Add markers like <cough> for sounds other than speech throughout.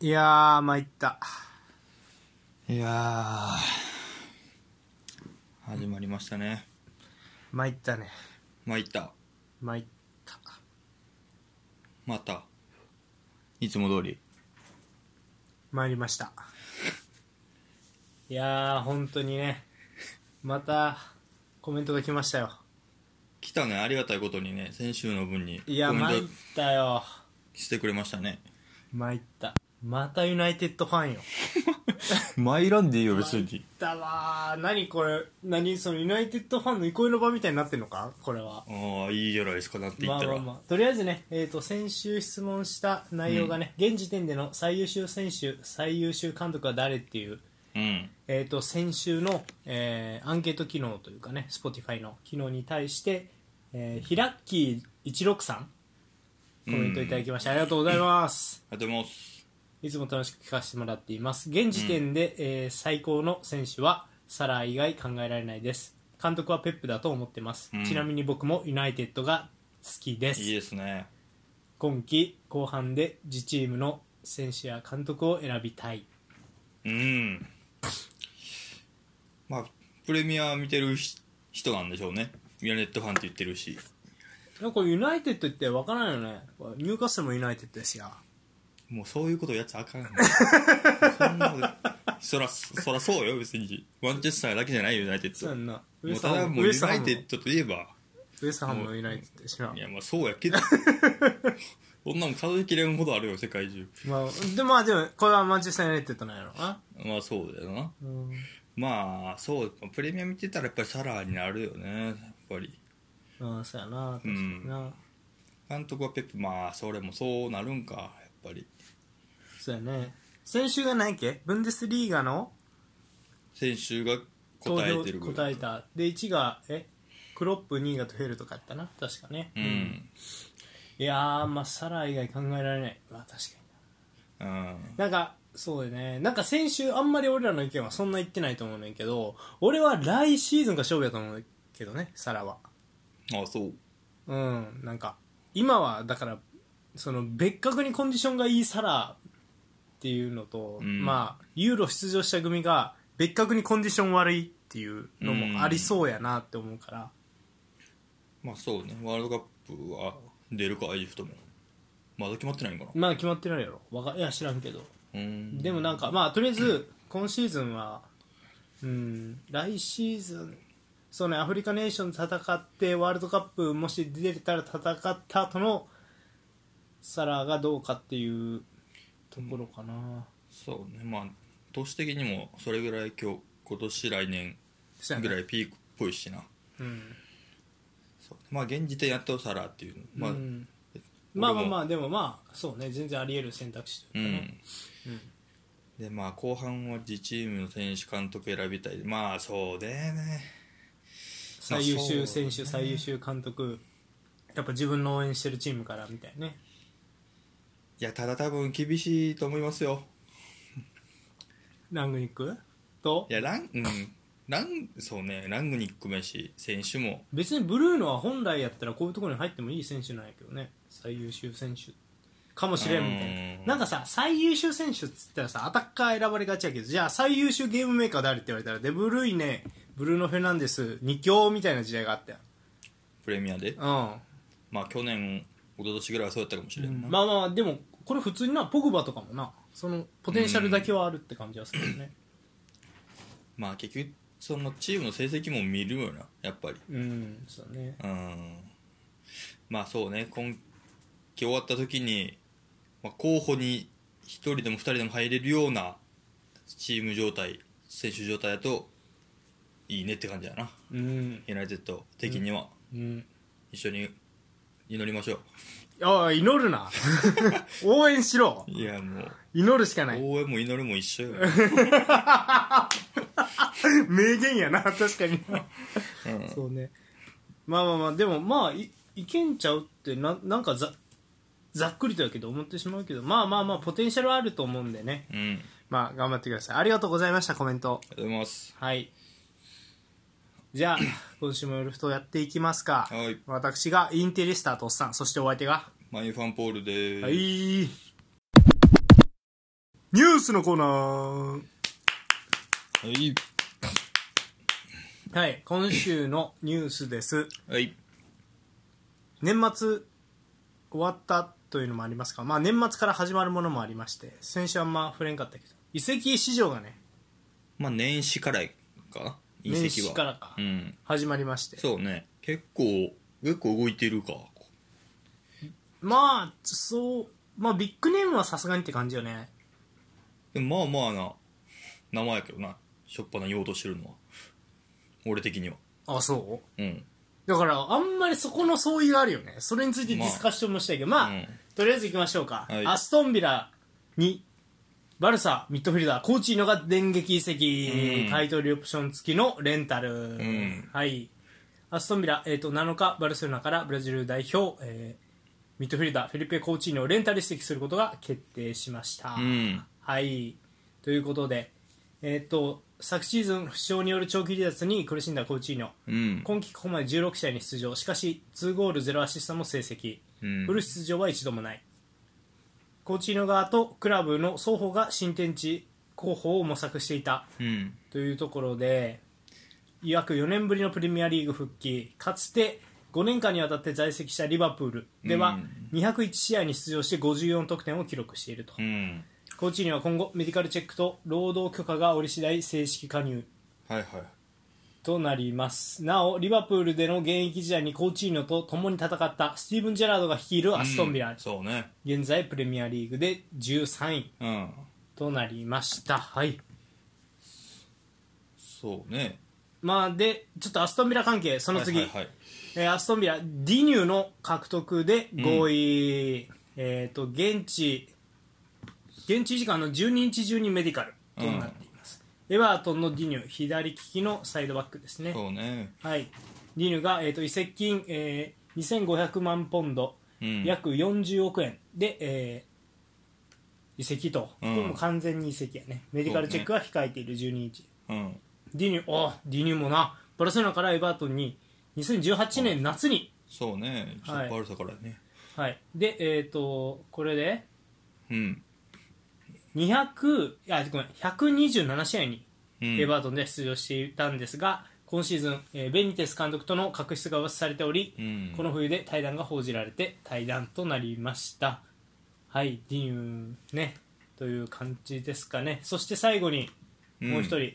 いやー、参った。いやー始まりましたね参ったね。まいった参った。またいつも通り参りました。いやー、本当にね。また、コメントが来ましたよ。来たねありがたいことにね先週の分にコいや、メ参っントたよ。してくれましたね参った。またユナイテッドファンよ。マイランディーよ別参ったわー。何これ、何そのユナイテッドファンの憩いの場みたいになってんのかこれは。ああいいじゃないですかなんて言まっあたら、まあまあ、とりあえずね、えー、と先週質問した内容がね、現時点での最優秀選手、最優秀監督は誰っていう、うんえー、と先週の、えーアンケート機能というかね、Spotify の機能に対して、えー、ヒラッキー163、コメントいただきまして、ありがとうございます。ありがとうございますいつも楽しく聞かせてもらっています。現時点で、えー最高の選手はサラー以外考えられないです。監督はペップだと思ってます。うんちなみに僕もユナイテッドが好きです。いいですね今季後半で自チームの選手や監督を選びたいうんまあプレミア見てるひ人なんでしょうねミラネットファンって言ってるしなんかユナイテッドって分からないよねニューカッスルもユナイテッドですよもうそういうことやっちゃあか <laughs> んよそんなことそらそらそうよ別にワンチェスターだけじゃないよユナイテッそうやドんなウもエうストたハムだももウうユエストナハイムテもッドといえばウエストハムのユナイテッド知らんいやまあそうや <laughs> けどそんなもん数えきれんほどあるよ世界中まあでもまあでもこれはマンチェスターユナイテッドなんやろなまあそうだよなうんまあそうプレミア見てたらやっぱりサラーになるよねやっぱりうんそうやな確かにな、監督はペップまあそれもそうなるんかやっぱりそうやね先週がないっけブンデスリーガの選手が投答票えてるぐら答いえたで1がえクロップ2位がトゥヘルとかやったな確かねうん、いやーまあサラー以外考えられないまあ確かにうん、なんか、そうだね。なんか先週あんまり俺らの意見はそんな言ってないと思うねんけど、俺は来シーズンが勝負やと思うけどね、サラは。ああそううん、なんか、今はだから、その別格にコンディションがいいサラっていうのと、うんまあ、ユーロ出場した組が別格にコンディション悪いっていうのもありそうやなって思うから、まあそうねワールドカップは出るかエジプトもまだ決まってないんかなまだ決まってないやろ。わか、いや知らんけど。うんでもなんかまあとりあえず今シーズンはうん来シーズンそうねアフリカネーション戦ってワールドカップもし出れたら戦った後のサラーがどうかっていうところかな、そうねまあ投資的にもそれぐらい今日今年来年そうやねぐらいピークっぽいしなうんそうまあ現時点やっとサラーっていうまあ、うんまあまあまああでもまあそうね全然あり得る選択肢とういうかね、んでまあ後半は自チームの選手監督選びたいまあそうだよね最優秀選手、まあそうね最優秀監督やっぱ自分の応援してるチームからみたいなねいやただ多分厳しいと思いますよラングニックといやランうんランそうねラングニックメシ選手も別にブルーノは本来やったらこういうところに入ってもいい選手なんやけどね最優秀選手かもしれんみたいうなんなんかさ最優秀選手っつったらさアタッカー選ばれがちやけどじゃあ最優秀ゲームメーカー誰って言われたらデブルイネブルーノ・フェナンデス2強みたいな時代があったやんプレミアでまあ去年一昨年ぐらいはそうやったかもしれうんんな、まあまあでもこれ普通になポグバとかもなそのポテンシャルだけはあるって感じはするよねまあ結局そのチームの成績も見るよなやっぱりうん、そうだねうんまあそうね今季終わった時に、まあ、候補に1人でも2人でも入れるようなチーム状態選手状態だといいねって感じだなうんユナイテッド的にはうん一緒に祈りましょああ祈るな <laughs> 応援しろういやもう祈るしかない応援も祈るも一 <laughs> 緒よ、 <laughs> 名言やな確かにそうねまあまあまあでもまあいいけんちゃうってななんかざざっくりとだけど思ってしまうけどまあまあまあポテンシャルはあると思うんでねうん、うん、ありまあ頑張ってくださいありがとうございましたコメントがとうございますはいじゃあ <coughs> 今週もよろしくやっていきますかはい私がインテリスターとおっさんそしてお相手がマイファンポールでーす、はいニュースのコーナーはい。はい今週のニュースですはい。年末終わったというのもありますが、まあ、年末から始まるものもありまして先週あんま触れんかったけど移籍市場がねまあ、年始からかな。隕石は。年始からかうん。始まりましてそうね。結構、結構動いてるか。まあそうまあビッグネームはさすがにって感じよねでもまあまあな、名前やけどな。しょっぱな言おうとしてるのは。俺的には。あそううん。だからあんまりそこの相違があるよねそれについてディスカッションもしたいけどまあ、うんとりあえず行きましょうか、はいアストンビラにバルサミッドフィルダーコーチーノが電撃移籍、うんタイトルオプション付きのレンタル、んはいアストンビラ、えー、と7日バルセロナからブラジル代表、えーミッドフィルダーフェリペ・コーチーノをレンタル移籍することが決定しました、うん。はいということで、えー、と昨シーズン負傷による長期離脱に苦しんだコーチーノうん。今季ここまで16試合に出場しかし2ゴール0アシストの成績、うんフル出場は一度もないコーチーノ側とクラブの双方が新天地候補を模索していたうん。というところで約4年ぶりのプレミアリーグ復帰かつて5年間にわたって在籍したリバプールでは201試合に出場して54得点を記録していると、うん。コーチーノは今後メディカルチェックと労働許可が折り次第正式加入はいはい。となりますなおリバプールでの現役時代にコーチーノと共に戦ったスティーブン・ジェラードが率いるアストンビラ、うんそうね。現在プレミアリーグで13位うん。となりましたはいそうね。まあでちょっとアストンビラ関係その次、はいはいはい。えーアストンビラディニューの獲得で合意、えっ、と現地現地時間の12日中にメディカルとなっています、エバートンのディニュー左利きのサイドバックですねそうね。はい、リヌが、えー、と移籍金、えー、2500万ポンド、うん約40億円で、えー移籍と、うんこれも完全に移籍やね、メディカルチェックは控えている12日、うん。ディニュおディニュもな、バルセロナからエバートンに2018年夏に、そうね。ちょはっいとバルサからね。はい、で、えー、とこれでうん。 200あごめん127試合にうん。エバートンで出場していたんですが、今シーズン、えーベニテス監督との確執が噂されており、うんこの冬で対談が報じられて対談となりましたはいディニューねという感じですかねそして最後にもう一人、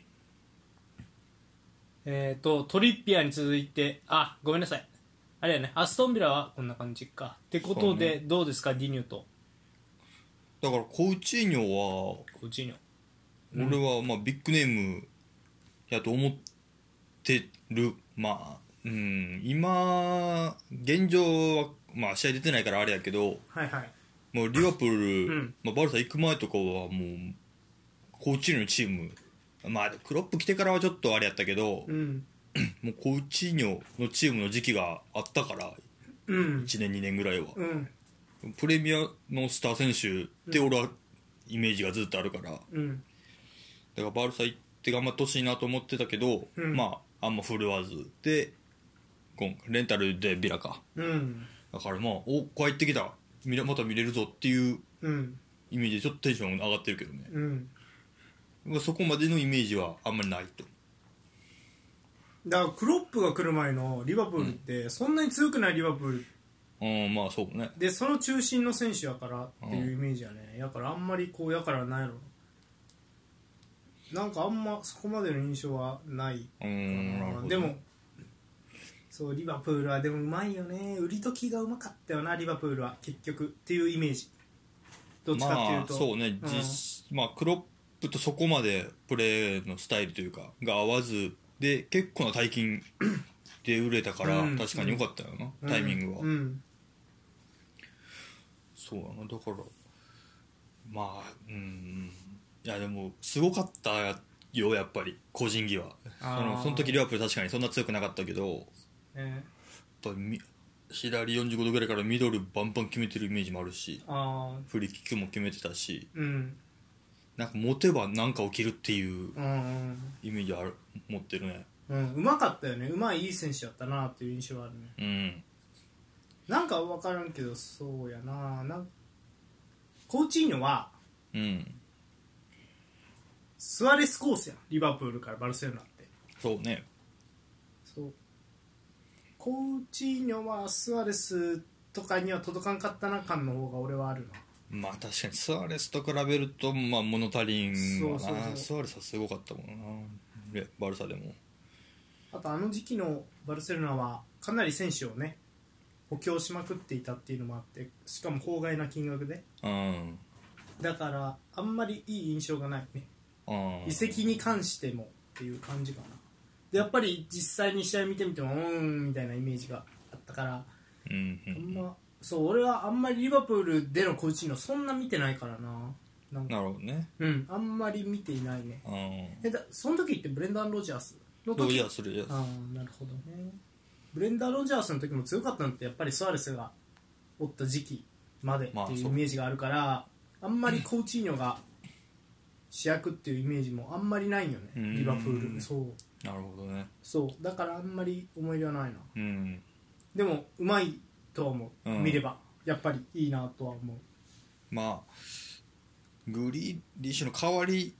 えっ、とトリッピアに続いてあごめんなさいあれやねアストンビラはこんな感じかってことそで、うどうですかディニューとだからコウチーニョはコーチーニョ俺はまあビッグネームやと思ってるまあうん今現状はまあ試合出てないからあれやけどはいはいもうリバプール、うんまあ、バルサ行く前とかはもうコウチーニョのチームまあクロップ来てからはちょっとあれやったけど、うんもうコウチーニョのチームの時期があったからうん1年2年ぐらいは、うんプレミアのスター選手って俺はイメージがずっとあるから、うんだからバルサ行って頑張ってほしいなと思ってたけど、うんまああんま振るわずで今回レンタルでビラかうんだからまあお帰ってきた見れまた見れるぞっていううんイメージでちょっとテンション上がってるけどね、うんまあそこまでのイメージはあんまりないとだからクロップが来る前のリバプールって、そんなに強くないリバプールうんまあそうねでその中心の選手やからっていうイメージやね、やからあんまりこうやからないのなんかあんまそこまでの印象はない、うんなるほどでもそうリバプールはでもうまいよね売り時がうまかったよなリバプールは結局っていうイメージどっちかっていうまあと、そうね、ん実まあクロップとそこまでプレーのスタイルというかが合わずで結構な大金で売れたから、うん確かに良かったよな、うんタイミングは、うんそうやなだからまあうんいやでもすごかったよやっぱり個人技はそあーのその時リバプール確かにそんな強くなかったけどやっねぱりみ左45度ぐらいからミドルバンバン決めてるイメージもあるしああフリーキックも決めてたしうんなんか持てばなんか起きるっていううんうんイメージある持ってるねうん、うまかったよねうまいいい選手やったなっていう印象はあるねうんなんか分からんけどそうやななんコーチーニョはうんスアレスコースやんリバプールからバルセロナってそうねそうコーチーニョはスアレスとかには届かんかったな感の方が俺はあるなまあ確かにスアレスと比べるとまあ物足りんわなそうそうそうスアレスはすごかったもんなレバルサでもあとあの時期のバルセロナはかなり選手をね補強しまくっていたっていうのもあってしかも法外な金額でうんだからあんまりいい印象がないねうん移籍に関してもっていう感じかなでやっぱり実際に試合見てみてもうーんみたいなイメージがあったからうんうあんんまそう俺はあんまりリバプールでのコーチのそんな見てないからななんかなるほどねうんあんまり見ていないねうんえだその時ってブレンダン・ロジャースのロ時ジャーするやつああなるほどねブレンダー・ロジャースの時も強かったのってやっぱりスアレスがおった時期までまあっていうイそうメージがあるから、あんまりコーチーニョが主役っていうイメージもあんまりないよねうんリバプールそうなるほどねそうだからあんまり思い入れはないなうんでもうまいとは思う、うん見ればやっぱりいいなとは思うまあグリーリッシュの代わり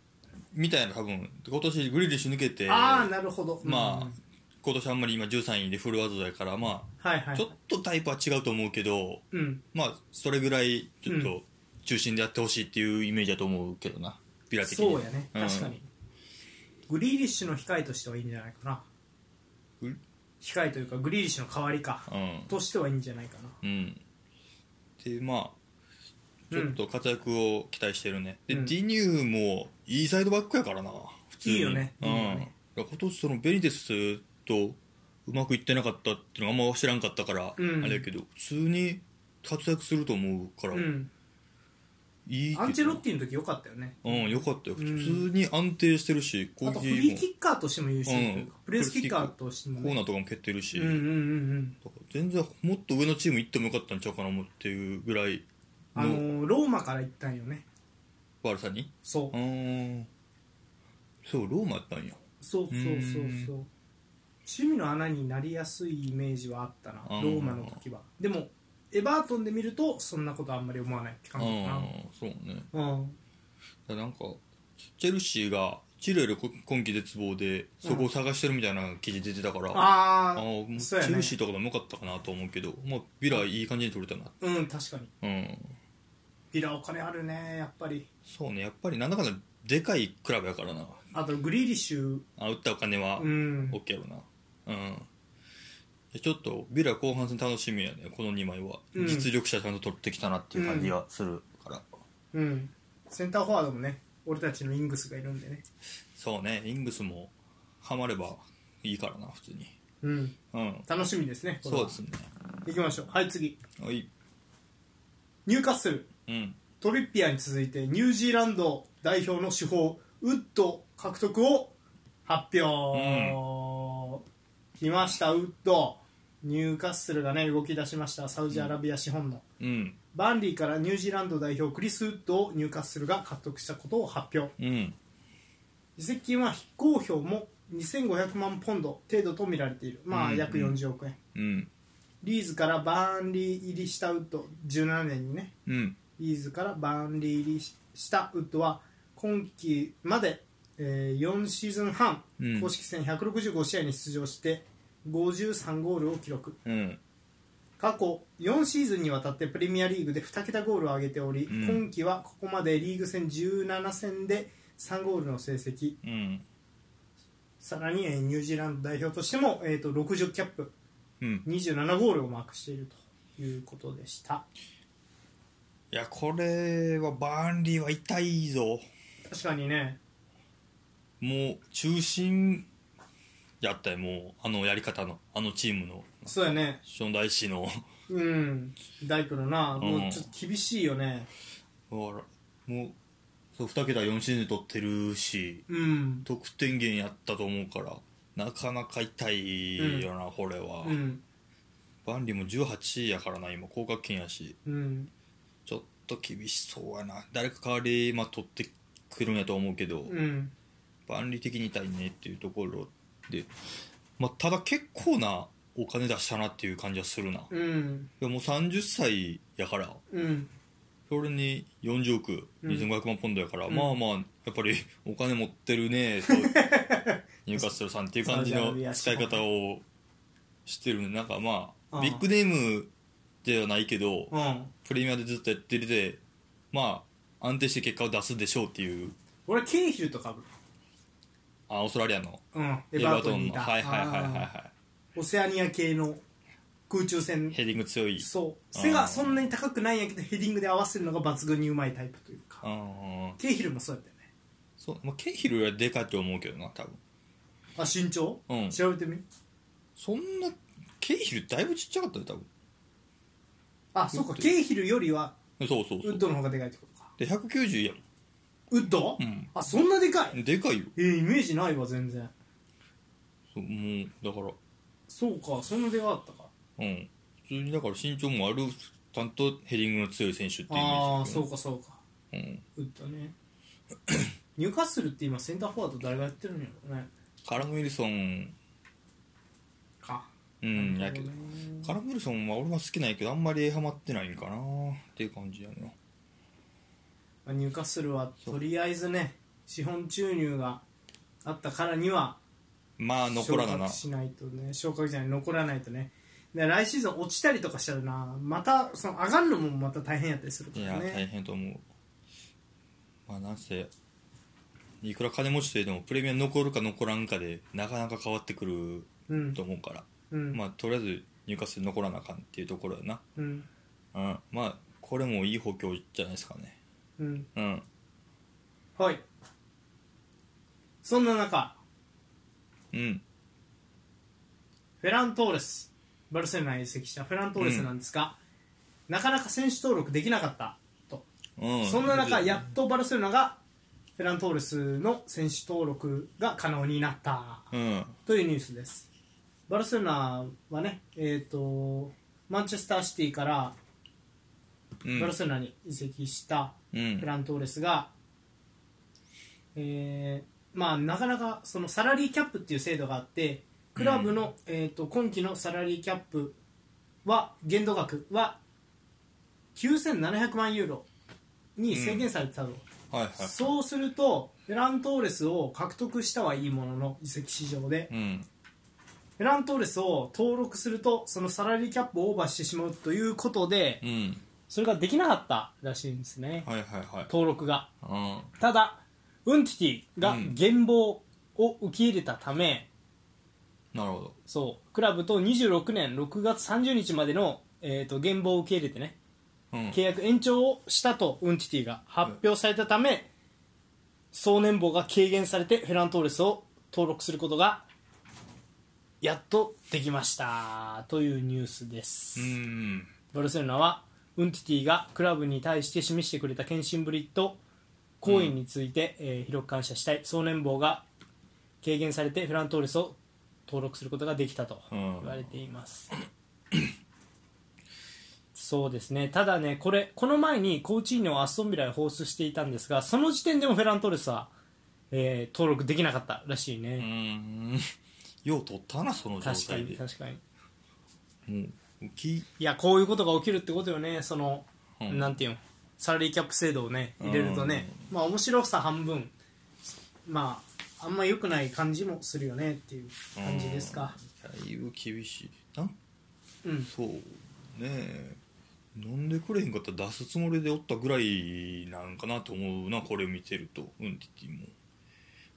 みたいな多分今年グリーリッシュ抜けてああなるほどまあうん今年あんまり今13位でフルワードやからまはいはあいちょっとタイプは違うと思うけどうんまあそれぐらいちょっうと中心でやってほしいっていうイメージだと思うけどなピラ的にそうやねん確かに、グリーリッシュの控えとしてはいいんじゃないかなグリ控えというかグリーリッシュの代わりか、うんとしてはいいんじゃないかなうんでまあちょっと活躍を期待してるね、うんでディニューもいいサイドバックやからな普通にいいよねうんディニューねいや今年そのベニテスとうまくいってなかったっていうのがあんま知らんかったから、うんあれやけど普通に活躍すると思うから、うんいいけどアンチェロッティの時良かったよねうんよかったよ普ん通に安定してるしあ攻とフリーキ撃ッカーとしても優秀というか、うんプレースキッカーとしてももコーねナーとかも蹴ってるし、うんうんうんうんだから全然もっと上のチーム行ってもよかったんちゃうかな思っていうぐらいあののローマから行ったんよね悪さにそううーんそうローマやったんやそうそうそうそううん趣味の穴になりやすいイメージはあったなうロんーマの時はでもエバートンで見るとそんなことあんまり思わないってあ感あじかそうねなうんだなんかチェルシーがチルエルこ今季絶望でそこを探してるみたいな記事出てたから、あああもうあチそうやェねルシーとかでもよかったかなと思うけど、まあ、ビラいい感じに取れたなうん確かにうんビラお金あるねやっぱりそうねやっぱりなんだかんだでかいクラブやからなあとグリーリッシュあ打ったお金はうん、 OK やろなうん、でちょっとビラ後半戦楽しみやねこの2枚は、うん実力者ちゃんと取ってきたなっていう感じがするから、うん、センターフォワードもね俺たちのイングスがいるんでねそうね、イングスもハマればいいからな、普通に。うんうん。楽しみですねこれはそうですね。行きましょうはい次はい。ニューカッスルうん。トリッピアーに続いてニュージーランド代表の主砲ウッド獲得を発表、来ましたウッドニューカッスルがね動き出しましたサウジアラビア資本の、うん。バンリーからニュージーランド代表クリス・ウッドをニューカッスルが獲得したことを発表うん。移籍金は非公表も2500万ポンド程度と見られているまうんあうん約40億円、うん。リーズからバンリー入りしたウッド17年にねうん。リーズからバンリー入りしたウッドは今季まで、えー4シーズン半、うん公式戦165試合に出場して53ゴールを記録うん。過去4シーズンにわたってプレミアリーグで2桁ゴールを挙げており、ん今季はここまでリーグ戦17戦で3ゴールの成績うん。さらにえーニュージーランド代表としても、えー、と60キャップうん。 27ゴールをマークしているということでしたいや、これはバーンリーは痛いぞ。確かにねもう、中心やったよ、もう、あのやり方の、あのチームの、そうやねション大師の。 <laughs> うん大工のなうもんうちょっと厳しいよねほらもう、そう、2桁4シーズン取ってるし、うん得点源やったと思うから、なかなか痛いよな、これは。うんバンリーも18位やからな今降格圏やしうんちょっと厳しそうやな誰か代わり、まあ、取ってくるんやと思うけど、うんバンリー的に痛いねっていうところで、まあ、ただ結構なお金出したなっていう感じはするな、いうんやもう30歳やからうんそれに40億2500万ポンドやから、まあまあやっぱり <laughs> お金持ってるね <laughs> とニューカッスルさんっていう感じサウジアのラビア使い方をしてるねなんかまうんあビッグネームではないけどうんプレミアでずっとやってるでまあ安定して結果を出すでしょうっていう俺ケイヒルとかぶるあオーストラリアのうんエエババーートトンにンいのたはいはいはいはあいはーオセアニア系の空中い戦ヘディング強いそうあー背がそんなに高くないんやけどヘディングで合わせるのが抜群にうまいタイプというかうんケイヒルもそうやったよねそう、まあ、ケイヒルはでかいと思うけどな多分あ身長、うん調べてみそんなケイヒルだいぶちっちゃかったね多分あそうかケイヒルよりはそうそうウそッうドの方がでかいってことかで190やウッド、うんあそんなでかいんでかいよえー、イメージないわ全然そうもうだからそうかそんなでかかったかうん普通にだから身長もあるちゃんとヘディングの強い選手っていうイメああーージそだうかそうかけどねうんウッド <clears throat> ねニューカッスルって今センターフォワード誰がやってるんやろねカラム・ウィルソンかうんなやるけほどどねカラム・ウィルソンは俺は好きなんやけどあんまりハマってないんかなっていう感じやなまあニューカッスルはとりあえずね資本注入があったからにはまあ残らな昇な格しないとね昇格じゃない残らないとねで来シーズン落ちたりとかしたらなまたその上がるのもまた大変やったりするかいらや大ね変と思うまあなんせいくら金持ちといえどもプレミアム残るか残らんかでなかなか変わってくるうんと思うから、うん、まあとりあえず入荷する残らなあかんっていうところやなうんうんまあこれもいい補強じゃないですかねうんうんはいそんな中うんフェラントーレスバルセロナに移籍したフェラントーレスなんですが、なかなか選手登録できなかったとうんそんな中、やっっとバルセロナがフェラントーレスの選手登録が可能になったうんというニュースです。バルセロナはね、えー、とマンチェスターシティからうんバルセロナに移籍したうフェんラントーレスが、えーまあ、なかなかそのサラリーキャップっていう制度があってクラブの、えー、と今期のサラリーキャップは限度額は9700万ユーロに制限されてたの。はいはいそうするとフェラントーレスを獲得したはいいものの移籍市場でうんフェラントーレスを登録するとそのサラリーキャップをオーバーしてしまうということでうんそれができなかったらしいんですねはいはいはい登録がうんただウンティティがうん現望を受け入れたため、なるほどそうクラブと26年6月30日までの、えー、と現望を受け入れてねうん契約延長をしたとウンティティが発表されたため、総年俸が軽減されてフェラントーレスを登録することがやっとできましたというニュースです、うんバルセロナはウンティティがクラブに対して示してくれた献身ぶりと行為について、えー広く感謝したい総年俸が軽減されてフェラントーレスを登録することができたとう言われんています、 <coughs> そうですねただねこれこの前にコーチーニョをアストンビラへ放出していたんですがその時点でもフェラントーレスは、えー登録できなかったらしいうんうね、んよう取ったなその状確か態にで確かにもう浮きいやこういうことが起きるってことよねその、うんなんていうのサラリーキャップ制度をね入れるとね、まあ面白さ半分まああんま良くない感じもするよねっていう感じですかだいぶ厳しいなんうんそうねなんでくれへんかったら出すつもりでおったぐらいなんかなと思うなこれ見てるとうんティティも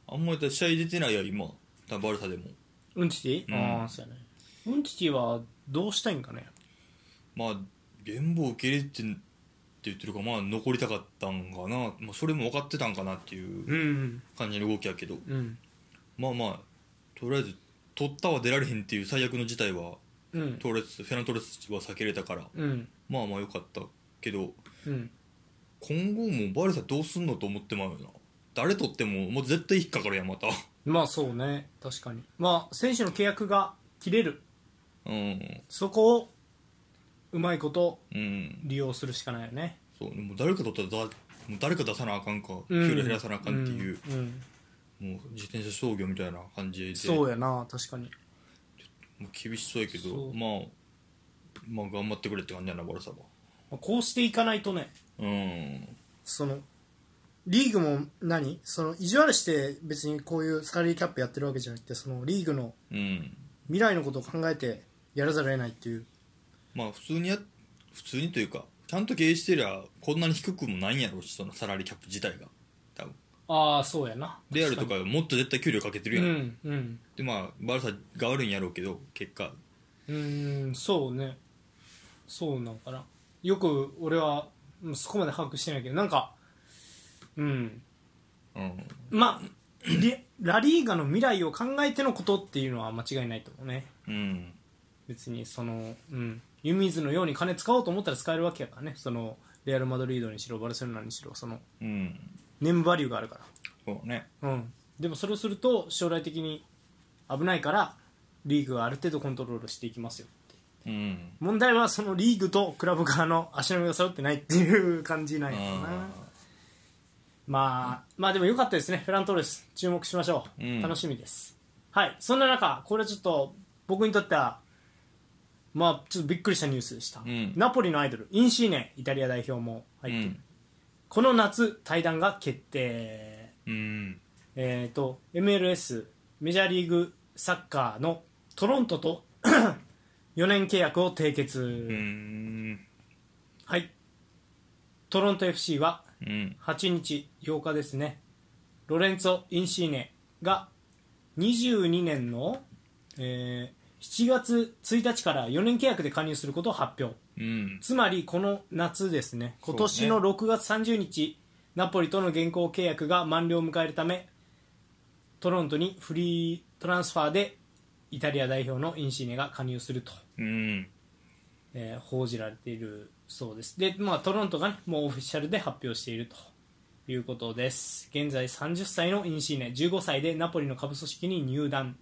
あんまり試合出てないや今多分バルサでもウンティティ、うんああそうやねウンティティはどうしたいんかねまあ現場受け入れてんって言ってるからまあ残りたかったんかな、まあ、それも分かってたんかなっていううん感じの動きやけどうんまあまあとりあえず取ったは出られへんっていう最悪の事態はうんトーレスフェラントーレスは避けれたからうんまあまあ良かったけどうん今後もバルサどうすんのと思ってまうよな誰取ってももう絶対引っかかるやんまたまあそうね確かにまあ選手の契約が切れるうんそこをうまいことうん利用するしかないよねそうでも誰か取ったらだもう誰か出さなあかんか給料減らさなあかんっていう、うんうんもう自転車操業みたいな感じでそうやな確かにもう厳しそうやけそどうまあまあ頑張ってくれって感じやなバルサはまあこうしていかないとねううんそのリーグも何その意地悪して別にこういうスカリーキャップやってるわけじゃなくてそのリーグのうん未来のことを考えてやらざるを得ないっていうまあ普通にや普通にというかちゃんと経営してりゃこんなに低くもないんやろうしそのサラリーキャップ自体が多分ああそうやなレアルとかもっと絶対給料かけてるうやん、んうんでまあバルサが悪いんやろうけど結果うーんそうねそうなのかなよく俺はうんそこまで把握してないけどなんかうんうんまあリラリーガの未来を考えてのことっていうのは間違いないと思うねうん別にそのうん湯水のように金使おうと思ったら使えるわけやからねそのレアル・マドリードにしろバルセロナにしろそのうんネームバリューがあるかそうねらうんでもそれをすると将来的に危ないからリーグはある程度コントロールしていきますようん問題はそのリーグとクラブ側の足並みが揃ってないっていう感じなんやろうなまあまあでも良かったですねフェラントーレス注目しましょう、うん楽しみですはいそんな中これちょっと僕にとってはまあちょっとびっくりしたニュースでした、んナポリのアイドルインシーネイタリア代表もう入ってる、んこの夏対談が決定うんえー、と MLS メジャーリーグサッカーのトロントと <clears throat> 4年契約を締結、うんはいトロント FC はうん8日8日ですねロレンツォ・インシーネが22年の、えー7月1日から4年契約で加入することを発表うんつまりこの夏ですねそ今うね年の6月30日、ナポリとの現行契約が満了を迎えるためトロントにフリートランスファーでイタリア代表のインシーネが加入すると、うんえー報じられているそうですで、まあ、トロントが、ね、もうオフィシャルで発表しているということです現在30歳のインシーネ15歳でナポリの下部組織に入団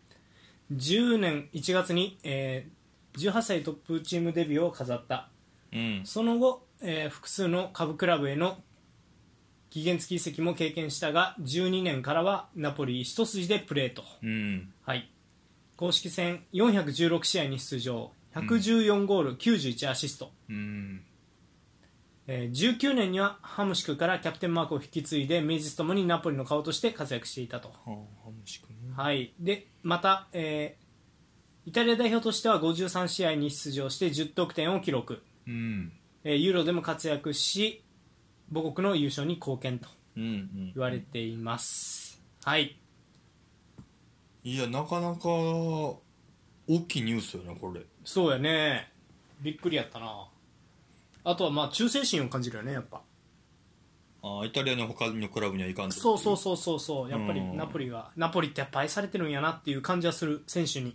10年1月に、えー18歳トップチームデビューを飾ったうんその後、えー複数の下部クラブへの期限付き移籍も経験したが12年からはナポリ一筋でプレーと、うんはい、公式戦416試合に出場114ゴール91アシスト、うんえー19年にはハムシクからキャプテンマークを引き継いで名実ともにナポリの顔として活躍していたと、はあハムシ君はい、でまた、えーイタリア代表としては53試合に出場して10得点を記録うんえーユーロでも活躍し母国の優勝に貢献とうんうん言われています、はいいやなかなか大きいニュースよねこれそうやねびっくりやったなあとはまあ忠誠心を感じるよねやっぱあイタリアの他のクラブにはいかんとそうそうそうそうそうやっぱりうんナポリがナポリってやっぱ愛されてるんやなっていう感じはする選手に、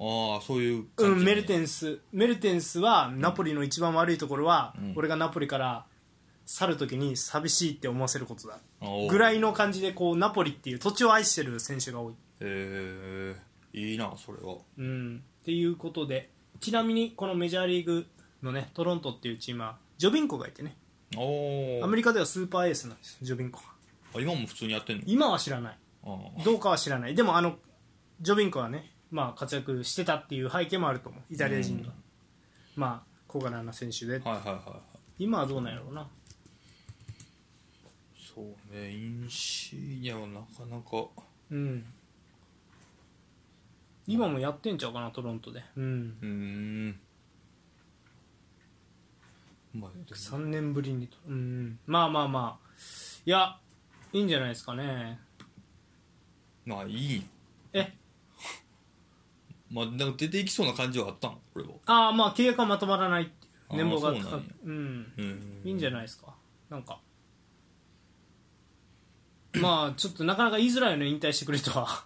ああそういうう感じん、メルテンンスメルテンスはナポリの一番悪いところは、ん俺がナポリから去る時に寂しいって思わせることだぐらいの感じでこうナポリっていう土地を愛してる選手が多いえー、いいなそれはうん、っていうことでちなみにこのメジャーリーグのねトロントっていうチームはジョビンコがいてねおアメリリカではスーパーエースなんですジョビンコがカ今も普通にやってんの今は知らないあーどうかは知らないでもあのジョビンコはね、まあ、活躍してたっていう背景もあると思うイタリア人が、うんまあ小柄な選手ではいはいはいはい今はどうなんやろうなそうねインシーニャはなかなかうん今もやってんちゃうかなトロントでうんうーんまあでも3年ぶりにとうんまあまあまあいやいいんじゃないですかねまあいいんやえ <laughs> まあなんか出ていきそうな感じはあったんこれはああまあ契約はまとまらないっていう年俸があーそ高うなんやくうんうんいいんじゃないですかなんかまあちょっとなかなか言いづらいよね引退してくれとは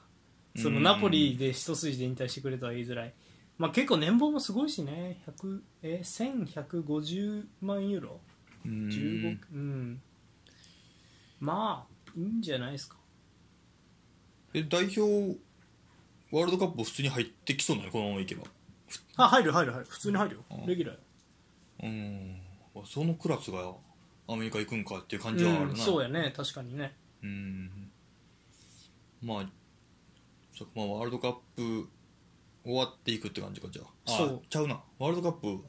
そのうんナポリで一筋で引退してくれとは言いづらいまあ結構年俸もすごいしね100え1150万ユーロう15んうんまあいいんじゃないですかえ代表ワールドカップ普通に入ってきそうなのこのままいけばあ入る入る入る普通に入るようんレギュラーようんそのクラスがアメリカ行くんかっていう感じはあるな、うんそうやね確かにねうんまあそっかまあワールドカップ終わっていくって感じかじゃああそうちゃうなワールドカップ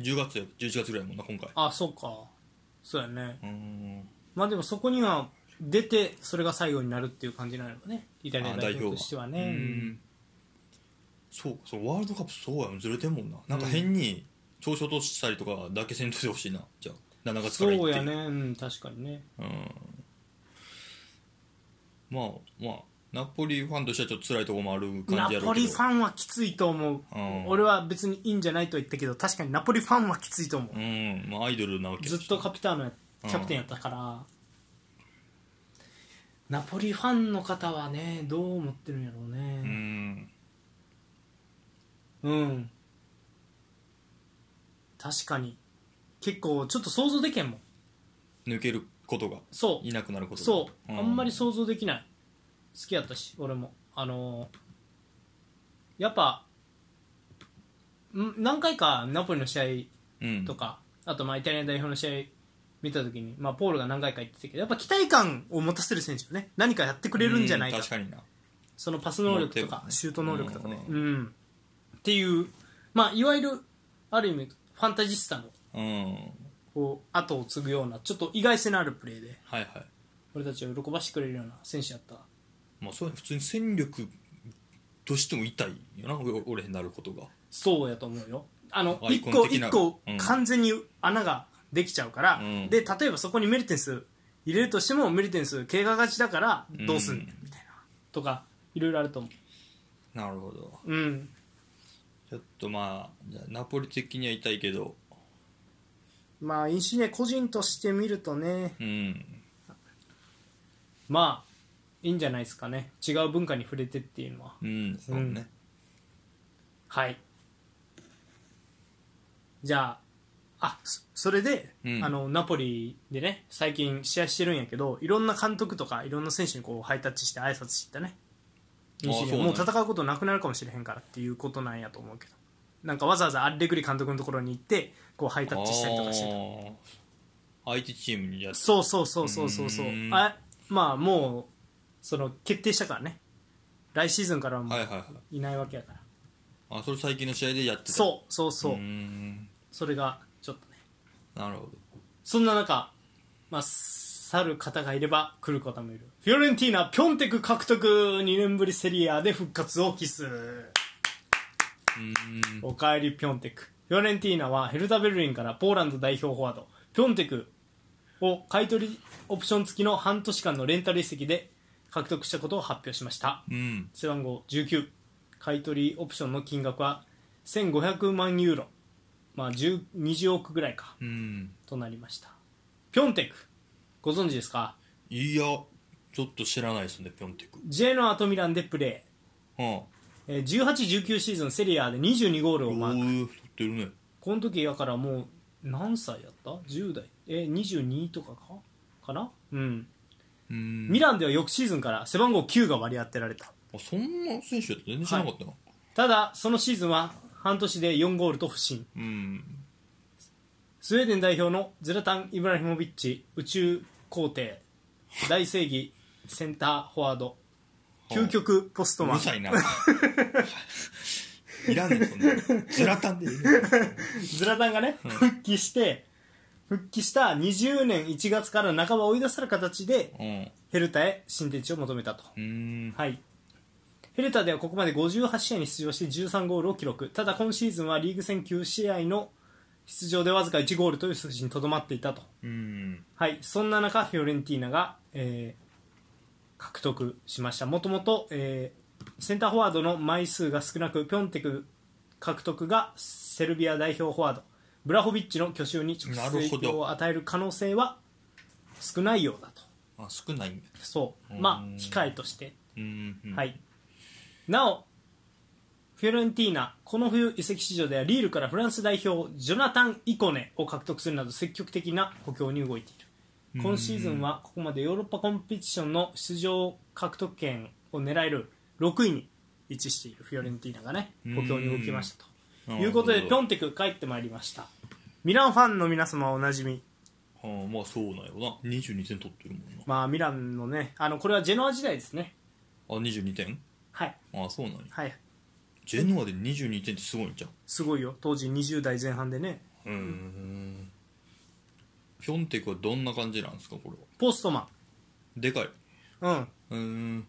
10月や11月ぐらいやもんな今回あそうかそうやねうんまあでもそこには出てそれが最後になるっていう感じなのかねイタリアあ代表としてはねううんんそうかそうワールドカップそうやもんずれてんもんななんか変に調子落としたりとかだけせんといてほしいなじゃあ7月そから行っうてやねうん確かにねうんまあまあナポリファンとしてはちょっと辛いところもあるナ感じやろポうけリどファンはきついと思う、うん俺は別にいいんじゃないとは言ったけど確かにナポリファンはきついと思う、うんまあアイドルなわけだしずっとカピターノやキャプテンやったから、ナポリファンの方はねどう思ってるんやろううねんうん、確かに結構ちょっと想像できへんもん抜けることがそういなくなることがそう、あんまりう想像できない好きやったし俺もあのーやっぱん何回かナポリの試うん合とか、あとまあイタリア代表の試合見た時に、まあ、ポールが何回か言ってたけどやっぱ期待感を持たせる選手よね何かやってくれるんじゃないか,、う確かになそのパス能力と持ってかるねシュート能力とかね、ううんんっていう、まあ、いわゆるある意味ファンタジスタのうんこう後を継ぐようなちょっと意外性のあるプレーではいはい俺たちを喜ばしてくれるような選手やったまあそう普通に戦力としても痛いよなお俺になることがそうやと思うよあのアイ一コン個的な一個うん完全に穴ができちゃうから、うんで例えばそこにメルテンス入れるとしてもメルテンス怪我がちだからどうすんねんうんみたいな、とかいろいろあると思なるほどううんちょっとまあじゃあナポリ的には痛いけどまあインシネ個人として見るとねうんまあいいんじゃないですかね違う文化に触れてっていうのはうんそうね、はいじゃああそそれで、うんあのナポリでね最近試合してるんやけどいろんな監督とかいろんな選手にこうハイタッチして挨拶してたねああ西そうにねもう戦うことなくなるかもしれへんからっていうことなんやと思うけどなんかわざわざアレグリ監督のところに行ってこうハイタッチしたりとかしてたあー相手チームにやっそうそうそうそうそうそううーんあまあもうその決定したからね来シーズンからはもはいうはいはいいないわけやから、あそれ最近の試合でやってたそうそうそう、んそれがちょっとねなるほどそんな中、まあ、去る方がいれば来る方もいる。フィオレンティーナ、ピョンテク獲得2年ぶりセリアで復活を期す。うんおかえり、ピョンテク。フィオレンティーナはヘルタベルリンからポーランド代表フォワード、ピョンテクを買い取りオプション付きの半年間のレンタル移籍で獲得したことを発表しました。うん背番号19買い取りオプションの金額は1500万ユーロ、まあ、10 20億ぐらいかうんとなりましたピョンテクご存知ですかいやちょっと知らないですねピョンテク J のアトミランでプレうんーえー1819シーズンセリアで22ゴールをマおークー取ってるねこの時やからもう何歳やった ?10 代えー22とかかかなうんうんミランでは翌シーズンから背番号9が割り当てられたあそんな選手やった全然知らなかったな、ただそのシーズンは半年で4ゴールと不振うんスウェーデン代表のゼラタン・イブラヒモビッチ宇宙皇帝大正義センターフォワード究極ポストうマンるさいな <laughs> いらんねんそんなのズラタンでいいねズラタンがね、復帰して復帰した20年1月から半ば追い出される形でうんヘルタへ新天地を求めたと、うんはい、ヘルタではここまで58試合に出場して13ゴールを記録ただ今シーズンはリーグ戦9試合の出場でわずか1ゴールという数字にとどまっていたと、うんはい、そんな中フィオレンティーナが、えー獲得しましたもともとえーセンターフォワードの枚数が少なくピョンテク獲得がセルビア代表フォワードブラホビッチの去就に直な接影るほど響を与える可能性は少ないようだとあ少ないんだそううんまあ控えとして、うん、うん、はい、なおフィオレンティーナこの冬移籍市場ではリールからフランス代表ジョナタン・イコネを獲得するなど積極的な補強に動いている今シーズンはここまでヨーロッパコンペティションの出場獲得権を狙える6位に位置しているフィオレンティーナがね補強に動きましたとうんいうことなでるピほどョンテク帰ってまいりましたミランファンの皆様はおなじみ、あーまあそうなんよな22点取ってるもんなまあ、ミランのねあのこれはジェノア時代ですねあ22点はいああそうなんやはいジェノアで22点ってすごいんじゃんすごいよ当時20代前半でねうんピョンテクはどんな感じなんですかこれはポストマでかいン、うん、うーん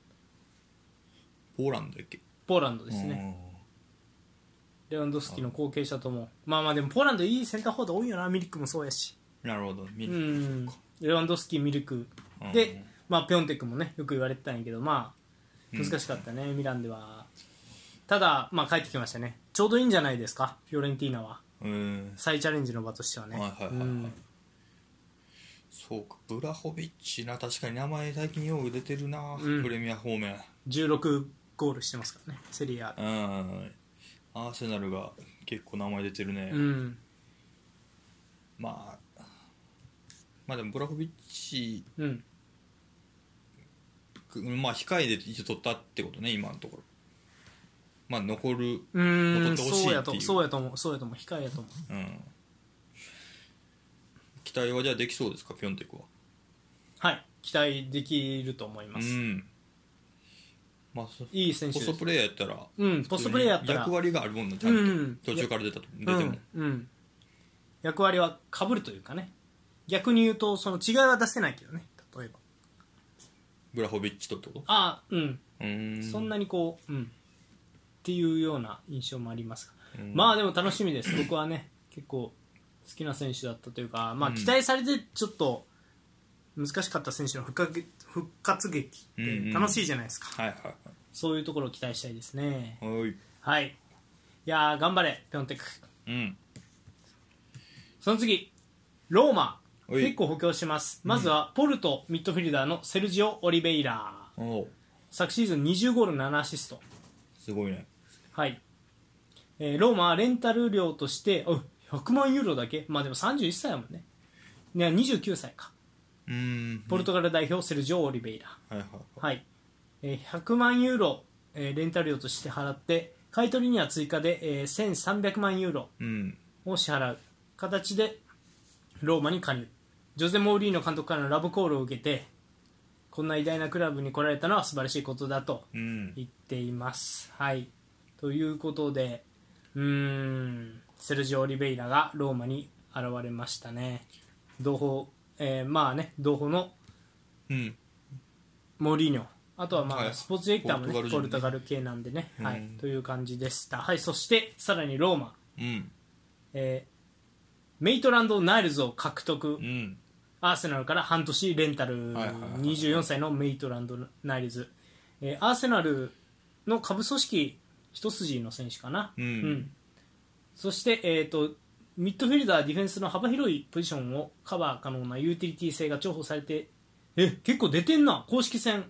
ポーランドやっけポーランドですね、レワンドフスキの後継者ともまあまあでもポーランドいいセンターフォワード多いよなミリクもそうやしうんなるほど見うるんレワンドフスキミリクうんで、まあピョンテクもねよく言われてたんやけどまあ難しかったね、ミランではただまあ帰ってきましたねちょうどいいんじゃないですかフィオレンティーナはうん再チャレンジの場としてはねはいはいはいはいうんそうかブラホビッチな確かに名前最近よく出てるな、うんプレミア方面16ゴールしてますからねセリアうんアーセナルが結構名前出てるね、うんまあまあでもブラホビッチうんまあ控えで一応取ったってことね今のところまあ残るう残ーっんてほしいっていうそうやとそうやと思うそうやと思う控えやと思ううん期待はじゃあできそうですかピョンテクははい期待できると思いうます、んまあそいい選手ポでスすトプレイヤーやったらうんポストプレイヤーやったら役割があるもんなちゃんと、うん途中から出たと出てうも、んうん、役割はかぶるというかね逆に言うとその違いは出せないけどね例えばブラホビッチとってことああうん、うーんそんなにこううんっていうような印象もありますが、うんまあでも楽しみ <clears throat> です僕はね結構好きな選手だったというかまあうん期待されてちょっと難しかった選手の復活復活劇って楽しいじゃないですか、はいはいそういうところを期待したいですねはいはいはいいやー頑張れピョンテクうんその次、ローマ。おい結構補強します。まずは、ポルトミッドフィルダーのセルジオ・オリベイラおう昨シーズン20ゴール7アシスト。すごいねはい。えーローマはレンタル料として、お100万ユーロだけまあでも31歳だもんね。ね29歳か。うーんポルトガル代表、セルジオ・オリベイラはいはいはい。えー100万ユーロ、えーレンタル料として払って、買い取りには追加で、えー1300万ユーロ。うんを支払う形でローマに加入ジョゼ・モーリーノ監督からのラブコールを受けてこんな偉大なクラブに来られたのは素晴らしいことだとうん言っています。はい、ということでうーんセルジオ・オリベイラがローマに現れましたね同胞、えーまあね同胞のうんモーリーニョあとはまはあいスポーツディレクターもねポポルトガル人ルトガル系なんでね、はういん、という感じでした、はい、そしてさらにローマうんえーメイトランド・ナイルズを獲得うんアーセナルから半年レンタルはいはいはいはい24歳のメイトランド・ナイルズ、えーアーセナルの下部組織一筋の選手かな、うんそして、えー、とミッドフィルダーディフェンスの幅広いポジションをカバー可能なユーティリティ性が重宝されてえ結構出てんな公式戦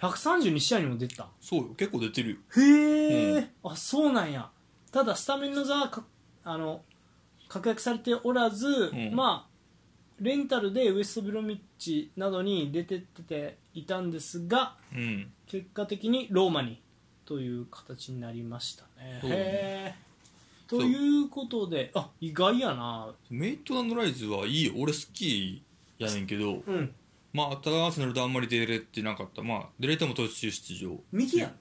132試合にも出てたそうよ結構出てるよへえ、うあそうなんやただスタメンの座はかあの確約されておらず、うんまあレンタルでウエストブロミッチなどに出てっていたんですがうん結果的にローマにという形になりましたねそうねへえということであ意外やなメイトランドライズはいいよ俺好きやねんけどうんまあただアーセナルとあんまり出れてなかったまあ出れても途中出場右やね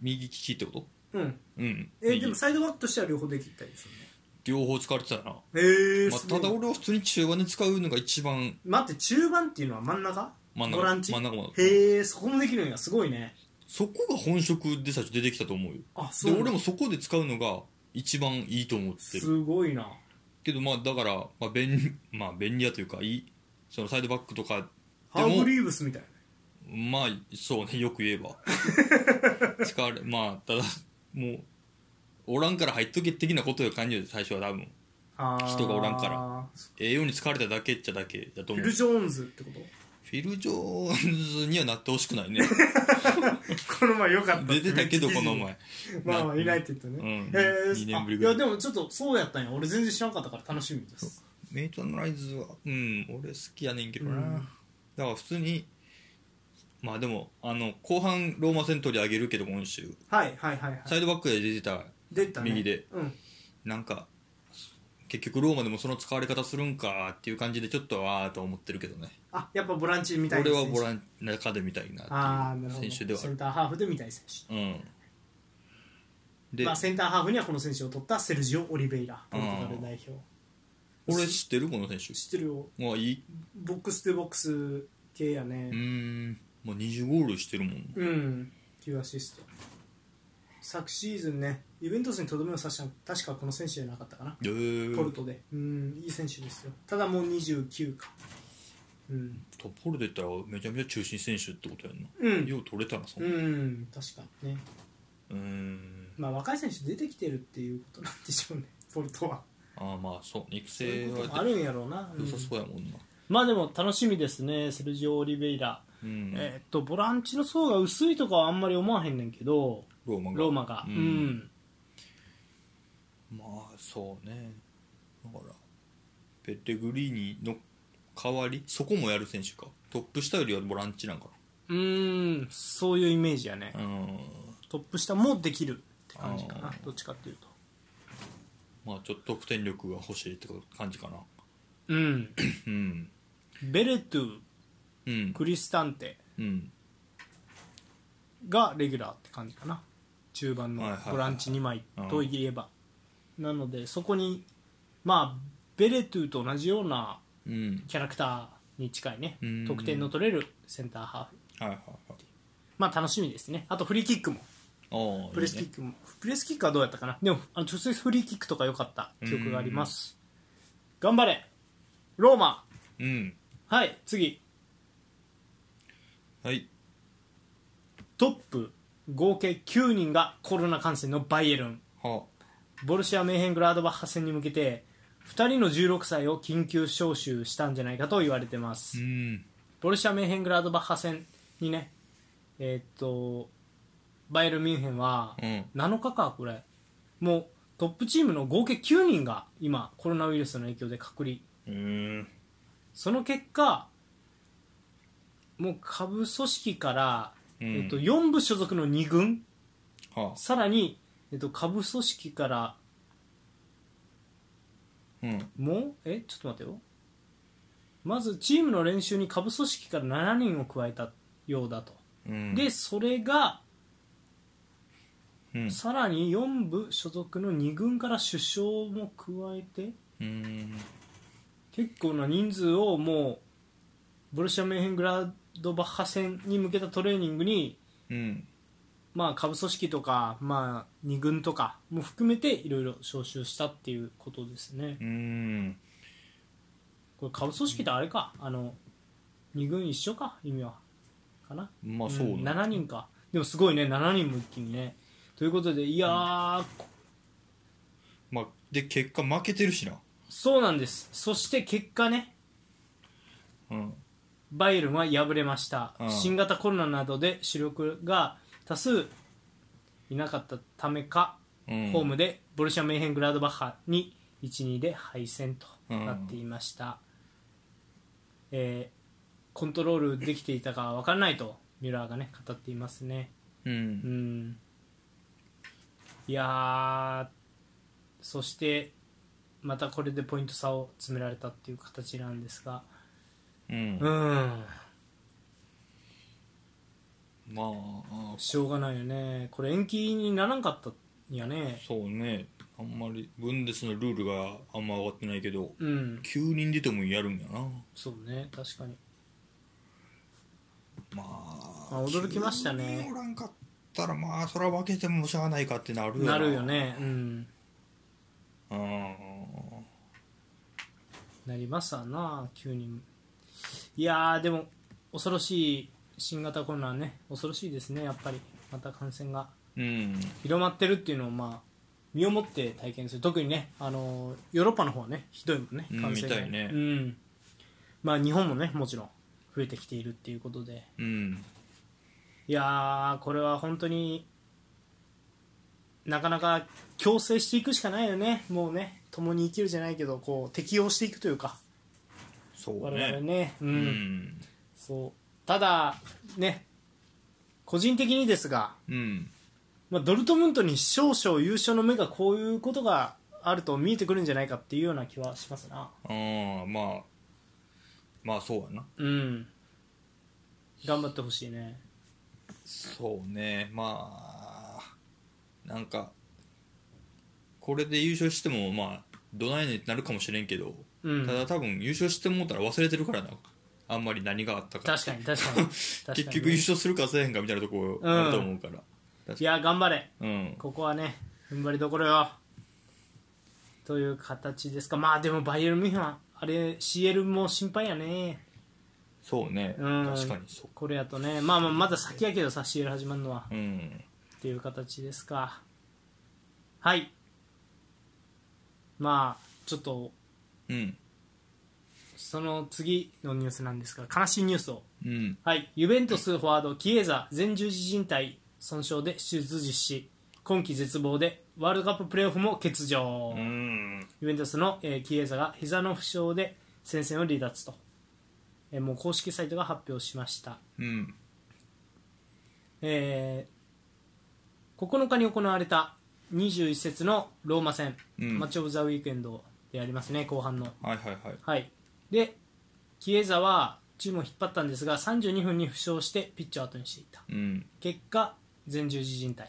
右利きってことうんうんえ右でもサイドバックとしては両方できたりするね両方使われてたなへえ、まあ、ただ俺は普通に中盤で使うのが一番待って中盤っていうのは真ん中真ん中ボランチ真ん中もへえそこもできるんやすごいねそこが本職で最初出てきたと思うよあでそう俺もそこで使うのが一番いいと思ってるすごいなけどまあだから、まあ、便 <laughs> まあ便利やというかいいそのサイドバックとかでハーもブリーブスみたいなまあそうねよく言え <laughs> ば使われまあただもうおらんから入っとけ的なことよ感じる最初は多分あー人がおらんから栄養に使われただけっちゃだけだフと思ィうル・ジョーンズってことフィル・ジョーンズにはなってほしく <laughs> ないねこの前よかった出てたけどこの <laughs> 前 <laughs> まあまあいないって言ったね、うんへえ二年ぶりいぐらやいでもちょっとそうやったんや俺全然知らんかったから楽しみですメイトランドライズはうん俺好きやねんけどな、うんだから普通にまあでもあの後半ローマ戦取り上げるけど今週はいはいはいはいサイドバックで出てた出たね右でうんなんか結局ローマでもその使われ方するんかっていう感じでちょっとああと思ってるけどねあやっぱボランチみたいな俺選手はボラン中でみたいなああってないうるほ選ど手ではあセンるターハーフでみたい選手うんで、まあ、センターハーフにはこの選手を取ったセルジオ・オリベイラポルトガル代表俺知ってるこの選手知ってるよまあいいボックスとボックス系やうーねん、まあ、20ゴールしてるもんうん、9アシスト昨シーズンねイベントスにとどめを刺したの確かこの選手じゃなかったかなえー、ポルトでうんいい選手ですよただもう29かうんとポルトいったらめちゃめちゃ中心選手ってことやんな、うんよう取れたなそんうなうん確かにねーんまあ若い選手出てきてるっていうことなんでしょうね <laughs> ポルトはああまあそう育そうい成うこともあはるんやろうな、うん良さそうやもんなまあでも楽しみですねセルジオ・オリベイラ、うん、えーっとボランチの層が薄いとかはあんまり思わへんねんけどローマがローマがううんん、まあそうねだからペッテグリーニの代わりそこもやる選手かトップ下よりはボランチなんかうーんそういうイメージやね、なうんトップ下もできるって感じかなうんどっちかっていうとまあちょっと得点力が欲しいって感じかなうんうんベレトゥうんクリスタンテうんがレギュラーって感じかな中盤のはいはいはいボランチ2枚といえば、なのでそこにまあベレトゥと同じようなうんキャラクターに近いねうん得点の取れるセンターハーフはいはいはいまあ楽しみですねあとフリーキックもああプレスキックもプレスキックはどうやったかなでもあの直接フリーキックとか良かった記憶があります頑張れローマいいねはい次うんはいトップ合計9人がコロナ感染のバイエルンはボルシア・メーヘングラードバッハ戦に向けて2人の16歳を緊急招集したんじゃないかと言われてます、うんボルシア・メーヘングラードバッハ戦にねえーっとバイエルン・ミュンヘンはうん7日かこれもうトップチームの合計9人が今コロナウイルスの影響で隔離うんその結果もう下部組織から、うんえっと、4部所属の2軍はさらに、えっと、下部組織からうんもうえちょっと待ってよまずチームの練習に下部組織から7人を加えたようだと、うんでそれがうんさらに4部所属の2軍から首相も加えてうん結構な人数をもうボルシア・メンヘングラードバッハ戦に向けたトレーニングにうんまあ、下部組織とか、まあ、2軍とかも含めていろいろ招集したっていうことですねうんこれ下部組織ってあれかあの2軍一緒か意味はかな、まあそうねん7人かでもすごいね7人も一気にねということでいやー、こまあで結果負けてるしなそうなんですそして結果ねうんバイエルンは敗れました、うん新型コロナなどで主力が多数いなかったためかうんホームでボルシア・メンヘングラードバッハに1-2で敗戦となっていました、えーコントロールできていたか分からないとミュラーがね語っていますねううんんいやーそしてまたこれでポイント差を詰められたっていう形なんですがうんうんまあしょうがないよねこれ延期にならんかったんやねそうねあんまりブンデスのルールがあんま分かってないけどうん9人出てもやるんやなそうね確かにまああ驚きましたね9人おらんかったらまあそれは分けてもしゃあないかってなるよなるよねうんうんなりますわな急にいやーでも恐ろしい新型コロナね恐ろしいですねやっぱりまた感染がうん広まってるっていうのをまあ身をもって体験する特にねあのーヨーロッパの方はねひどいもんねうん感染がみたいねうんまあ日本もねもちろん増えてきているっていうことでうんいやーこれは本当になかなか強制していくしかないよねもうね共に生きるじゃないけどこう適応していくというかそう我々ねねううんんそうただ、ね、個人的にですが、うんまあ、ドルトムントに少々優勝の目がこういうことがあると見えてくるんじゃないかっていうような気はしますな、ああまあまあそうやなうん、頑張ってほしいね、そうねまあなんかこれで優勝してもまあどないねんってなるかもしれんけど、うんただ多分優勝してもうたら忘れてるからなあんまり何があったか確かに確かに確かに <laughs> 結局優勝するかせえへんかみたいなとこあると思うから、いや頑張れうんここはね踏ん張りどころよという形ですかまあでもバイエルン・ミュンヘンはあれ CL も心配やねそうね、うん確かにそこれやとねまあまあまだ先やけどさ CL 始まるのはううんっていう形ですかはいまあちょっとうんその次のニュースなんですが悲しいニュースをうんはい、ユベントスフォワードキエザ前十字靭帯損傷で手術実施今季絶望でワールドカッププレーオフも欠場、うんユベントスの、えーキエザが膝の負傷で戦線を離脱と、えーもう公式サイトが発表しました、うんえー9日に行われた21節のローマ戦、うんマッチ・オブ・ザ・ウィークエンドでありますね後半のはいはいはいはい、でキエザはチームを引っ張ったんですが32分に負傷してピッチを後にしていたうん結果前十字靭帯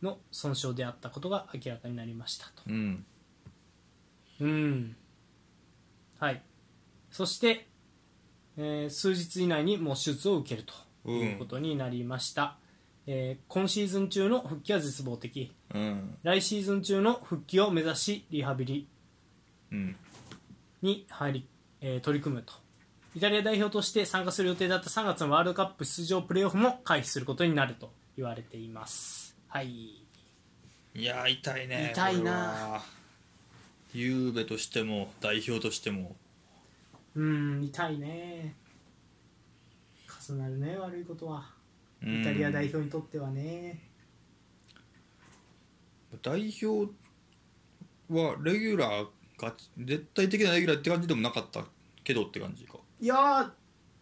の損傷であったことが明らかになりましたとうんうんはいそして、えー数日以内にもう手術を受けるということになりました、えー今シーズン中の復帰は絶望的うん来シーズン中の復帰を目指しリハビリうんに入り、えー取り組むとイタリア代表として参加する予定だった3月のワールドカップ出場プレーオフも回避することになると言われていますはいいやー痛いね痛いなこれはゆうべとしても代表としてもうん痛いね重なるね悪いことはうんイタリア代表にとってはね代表はレギュラーが絶対的なレギュラーって感じでもなかったけどって感じかいやー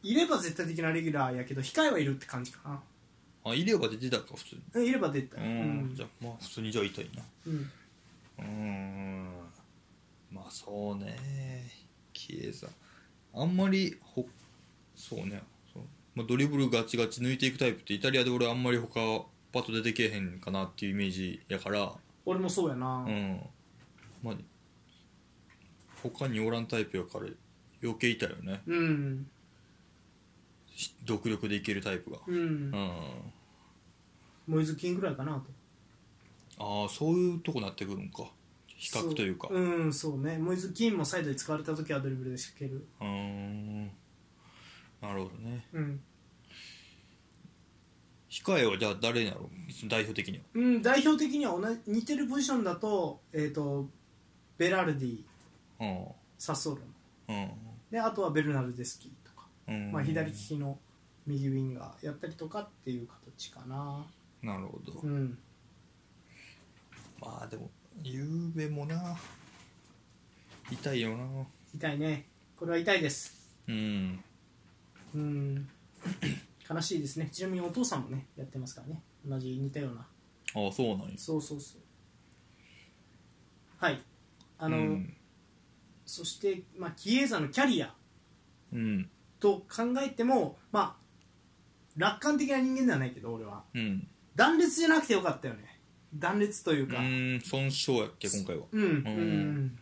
いれば絶対的なレギュラーやけど控えはいるって感じかあ医療が出てたか普通にないれば出たうん、じゃあまあ普通にじゃあ痛いなうんうーんまあそうねキエザあんまりほそうねそう、まあ、ドリブルガチガチ抜いていくタイプってイタリアで俺あんまり他パッと出てけえへんかなっていうイメージやから俺もそうやな、うんまあ他におらんタイプやから余計いたよねうんし独力でいけるタイプがううんん、モイズキンぐらいかなとああそういうとこなってくるんか比較というかそうんそうねモイズ・キンもサイドで使われた時はドリブルで仕掛けるうーんなるほどねうん、控えはじゃあ誰なの代表的にはうん、代表的には同じ似てるポジションだと,、えー、とベラルディうサッソーロんであとはベルナルデスキとか、うんうんまあ、左利きの右ウィンガーやったりとかっていう形かななるほど、うんまあでもゆうべもな痛いよな痛いねこれは痛いですうんうん悲しいですねちなみにお父さんもねやってますからね同じ似たようなああそうなんやそうそうそうはいあの、うん、そして、まあ、キエーザのキャリアうんと考えても、まあ、楽観的な人間ではないけど俺はうん断裂じゃなくてよかったよね断裂といううかん損傷やっけ今回はうんうん、うん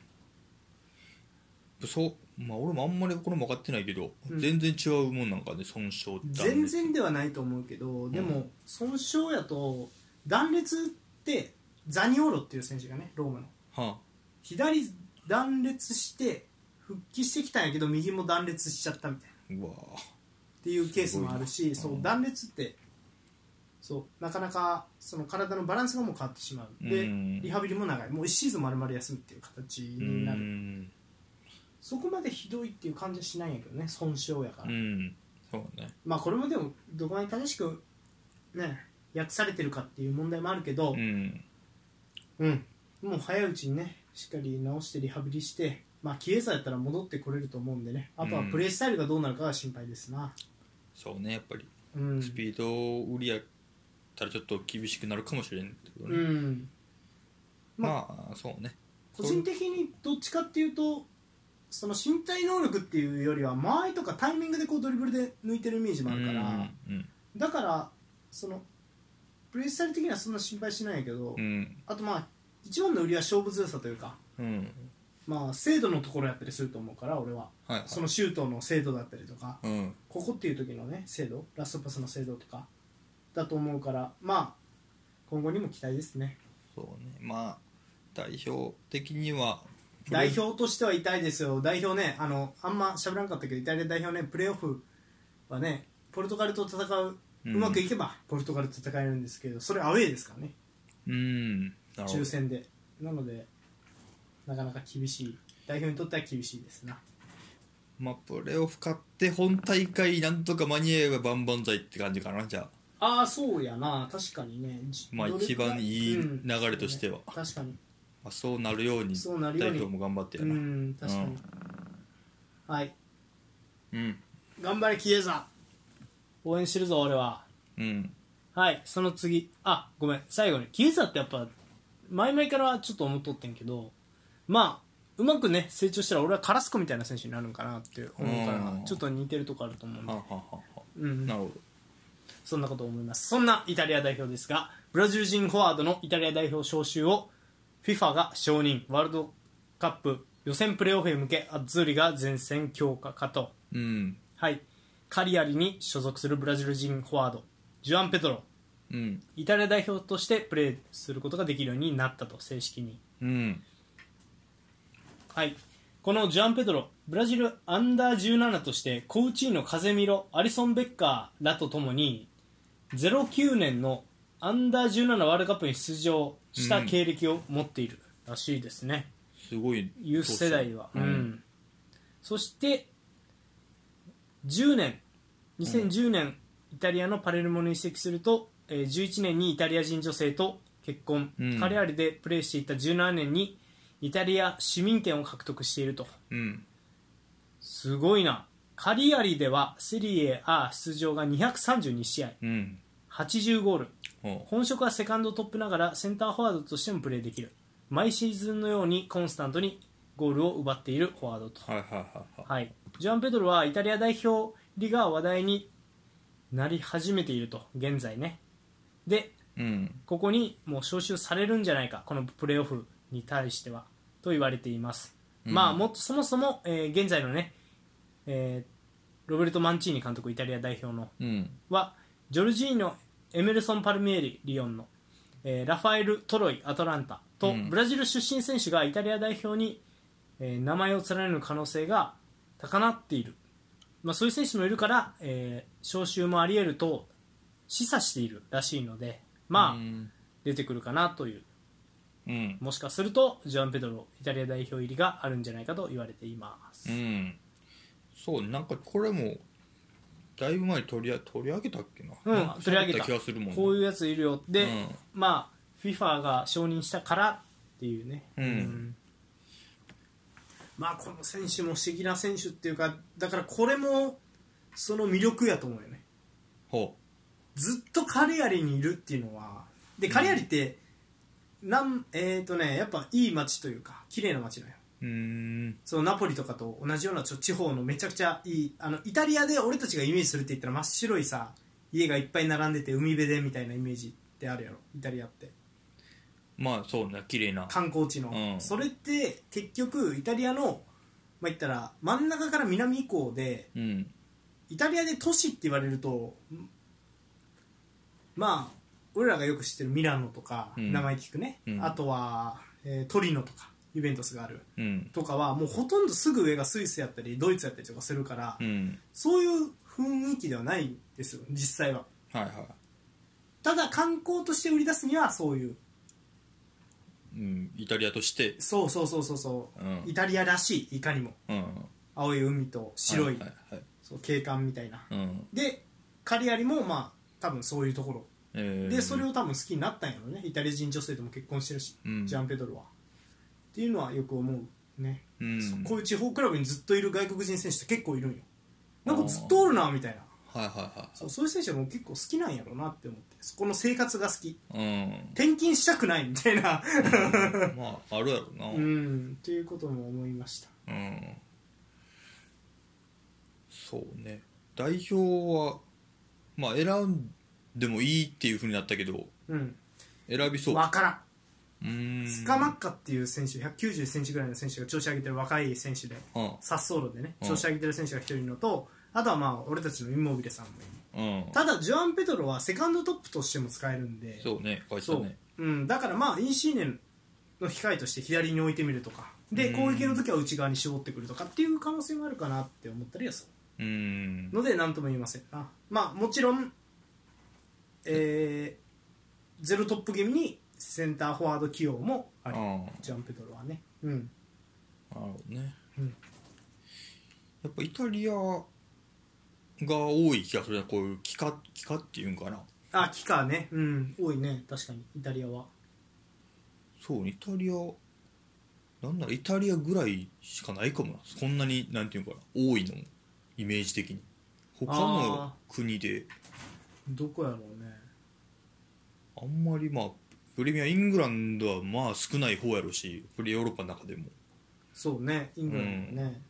そうまあ俺もあんまりこれも分かってないけど、うん全然違うもんなんかね損傷って全然ではないと思うけどでも損傷やと断裂ってザニオロっていう選手がねローマのは左断裂して復帰してきたんやけど右も断裂しちゃったみたいなあうわっていうケースもあるし、すごいなそううん断裂ってそうなかなかその体のバランスがもう変わってしまうで、うんリハビリも長いもう1シーズン丸々休みっていう形うになる、んそこまでひどいっていう感じはしないんやけどね損傷やから、うんそうねまあこれもでもどこまで正しくね訳されてるかっていう問題もあるけどう、んうんもう早いうちにねしっかり治してリハビリしてまあキエザやったら戻ってこれると思うんでねあとはうんプレースタイルがどうなるかが心配ですな、そうねやっぱりうん、スピード売りやったらちょっと厳しくなるかもしれんけどね、うんまあ、そうね個人的にどっちかっていうとその身体能力っていうよりは間合いとかタイミングでこうドリブルで抜いてるイメージもあるから、うんだからそのプレイスタイル的にはそんな心配しないんやけど、うんあとまあ一番の売りは勝負強さというかうん。まあ精度のところやったりすると思うから俺は、はいはいそのシュートの精度だったりとか、うん。ここっていう時のね精度ラストパスの精度とかだと思うからまあ今後にも期待ですねそうね。まあ、代表的には、代表としては痛いですよ代表ねあのあんま喋らんかったけどイタリア代表ねプレーオフはねポルトガルと戦う、ううんまくいけばポルトガルと戦えるんですけどそれアウェーですからねうん。なるほど抽。選でなのでなかなか厳しい代表にとっては厳しいですなまあ、プレーオフ勝って、本大会なんとか間に合えば万々歳って感じかな、じゃああ。あそうやな確かにねじまあどれくら一番いいうん流れとしては確かにまあ、そうなるように、そうなるよう代に表も頑張ってやうな。ん確かに、うんはいうん。頑張れキエザ応援してるぞ俺はうん。はいその次あごめん最後にキエザってやっぱ前々からちょっと思っとってんけどまあうまくね成長したら俺はカラスコみたいな選手になるんかなって思うからうんちょっと似てるとこあると思うんではんはんはんはんうんなるほど。そんなことを思いますそんなイタリア代表ですがブラジル人フォワードのイタリア代表招集を FIFA が承認ワールドカップ予選プレーオフへ向けアッツーリが前線強化かとうん。はい、カリアリに所属するブラジル人フォワードジュアン・ペトロうん。イタリア代表としてプレーすることができるようになったと正式に、うん。はい、このジュアン・ペトロブラジルアンダー17としてコウチーノ、カゼミロアリソン・ベッカーらとともに09年のアンダー17ワールドカップに出場した経歴を持っているらしいですね。すごい。ユース世代は、ううんん。そして10年2010年、イタリアのパレルモに移籍すると、えー11年にイタリア人女性と結婚、うんカレアリでプレーしていた17年にイタリア市民権を獲得しているとうん。すごいなカリアリではセリエ A 出場が232試合うん。 80ゴールおう本職はセカンドトップながらセンターフォワードとしてもプレーできる毎シーズンのようにコンスタントにゴールを奪っているフォワードと、はいはいはいははい、ジョアン・ペドロはイタリア代表入りが話題になり始めていると現在ねでい。うん。ここにもう招集されるんじゃないかこのプレーオフに対してはと言われています、うんまあもっとそもそも、えー現在のね、えーロベルト・マンチーニ監督イタリア代表のうん。はジョルジーノ、エメルソン・パルミエリ、リオンの、えーラファエル・トロイ、アトランタと、うんブラジル出身選手がイタリア代表に、えー名前を連ねる可能性が高まっている、まあ、そういう選手もいるから、えー招集もあり得ると示唆しているらしいので、まあうん出てくるかなといううん。もしかするとジョアン・ペドロイタリア代表入りがあるんじゃないかと言われています、うん。そう、なんかこれも、だいぶ前に取りあ取り上げたっけな。うん、取り上げた喋った気がするもんな。こういうやついるよで、うんまあ FIFA が承認したからっていうね、うんまあこの選手も不思議な選手っていうかだからこれもその魅力やと思うよねほずっとカリアリにいるっていうのはでカリアリって、なんえっ、とねやっぱいい街というか綺麗な街だよう。うーん。そのナポリとかと同じようなちょ地方のめちゃくちゃいいあのイタリアで俺たちがイメージするって言ったら真っ白いさ家がいっぱい並んでて海辺でみたいなイメージってあるやろイタリアってまあそうね、綺麗な。観光地の、うんそれって結局イタリアのまあ言ったら真ん中から南以降でうん。イタリアで都市って言われるとまあ俺らがよく知ってるミラノとか、うん名前聞くね、うんあとは、えートリノとかユベントスがあるうん。とかはもうほとんどすぐ上がスイスやったりドイツやったりとかするから、うん。そういう雰囲気ではないんですよ実際ははいはただ観光として売り出すにはそういうい。うん。イタリアとして。そうそうそうそうそう、うんイタリアらしいいかにもうん。青い海と白い、はいはいはい。そう景観みたいなうん。でカリアリもまあ多分そういうところえーでそれを多分好きになったんやろねイタリア人女性とも結婚してるし、うんジャン・ペドロはっていうのはよく思うね、うんそこういう地方クラブにずっといる外国人選手って結構いるんよなんかずっとおるなみたいなはいはそうそういう選手はもう結構好きなんやろうなって思ってそこの生活が好きいはい。うん。転勤したくないみたいなまああるやろな、うんっていうことも思いましたうんそうね代表はまあ選んでもいいっていうふうになったけどうん選びそう分からんうんスカマッカっていう選手190センチぐらいの選手が調子上げてる若い選手でうん殺走路でねうん調子上げてる選手が一人いるのとあとはまあ俺たちのインモービレさんもいるうんただジョアン・ペトロはセカンドトップとしても使えるんでそうね書いてそたうねうん、だからまあインシーネンの控えとして左に置いてみるとかでうん攻撃の時は内側に絞ってくるとかっていう可能性もあるかなって思ったりはすうるんので何とも言いませんがまあもちろん、えーゼロトップ気味にセンターフォワード起用もあありあなるジャンペドロはね、うん、ほどねうんやっぱイタリアが多い気がするなこういう気化気化っていうんかなあキカね、うん、多いね確かにイタリアはそうイタリアなんならイタリアぐらいしかないかもなこんなになんていうのかな多いのイメージ的に他のあ国でどこやろうねあんまりまあプレミアイングランドはまあ少ない方やろしプレヨーロッパの中でもそうねイングランドもね、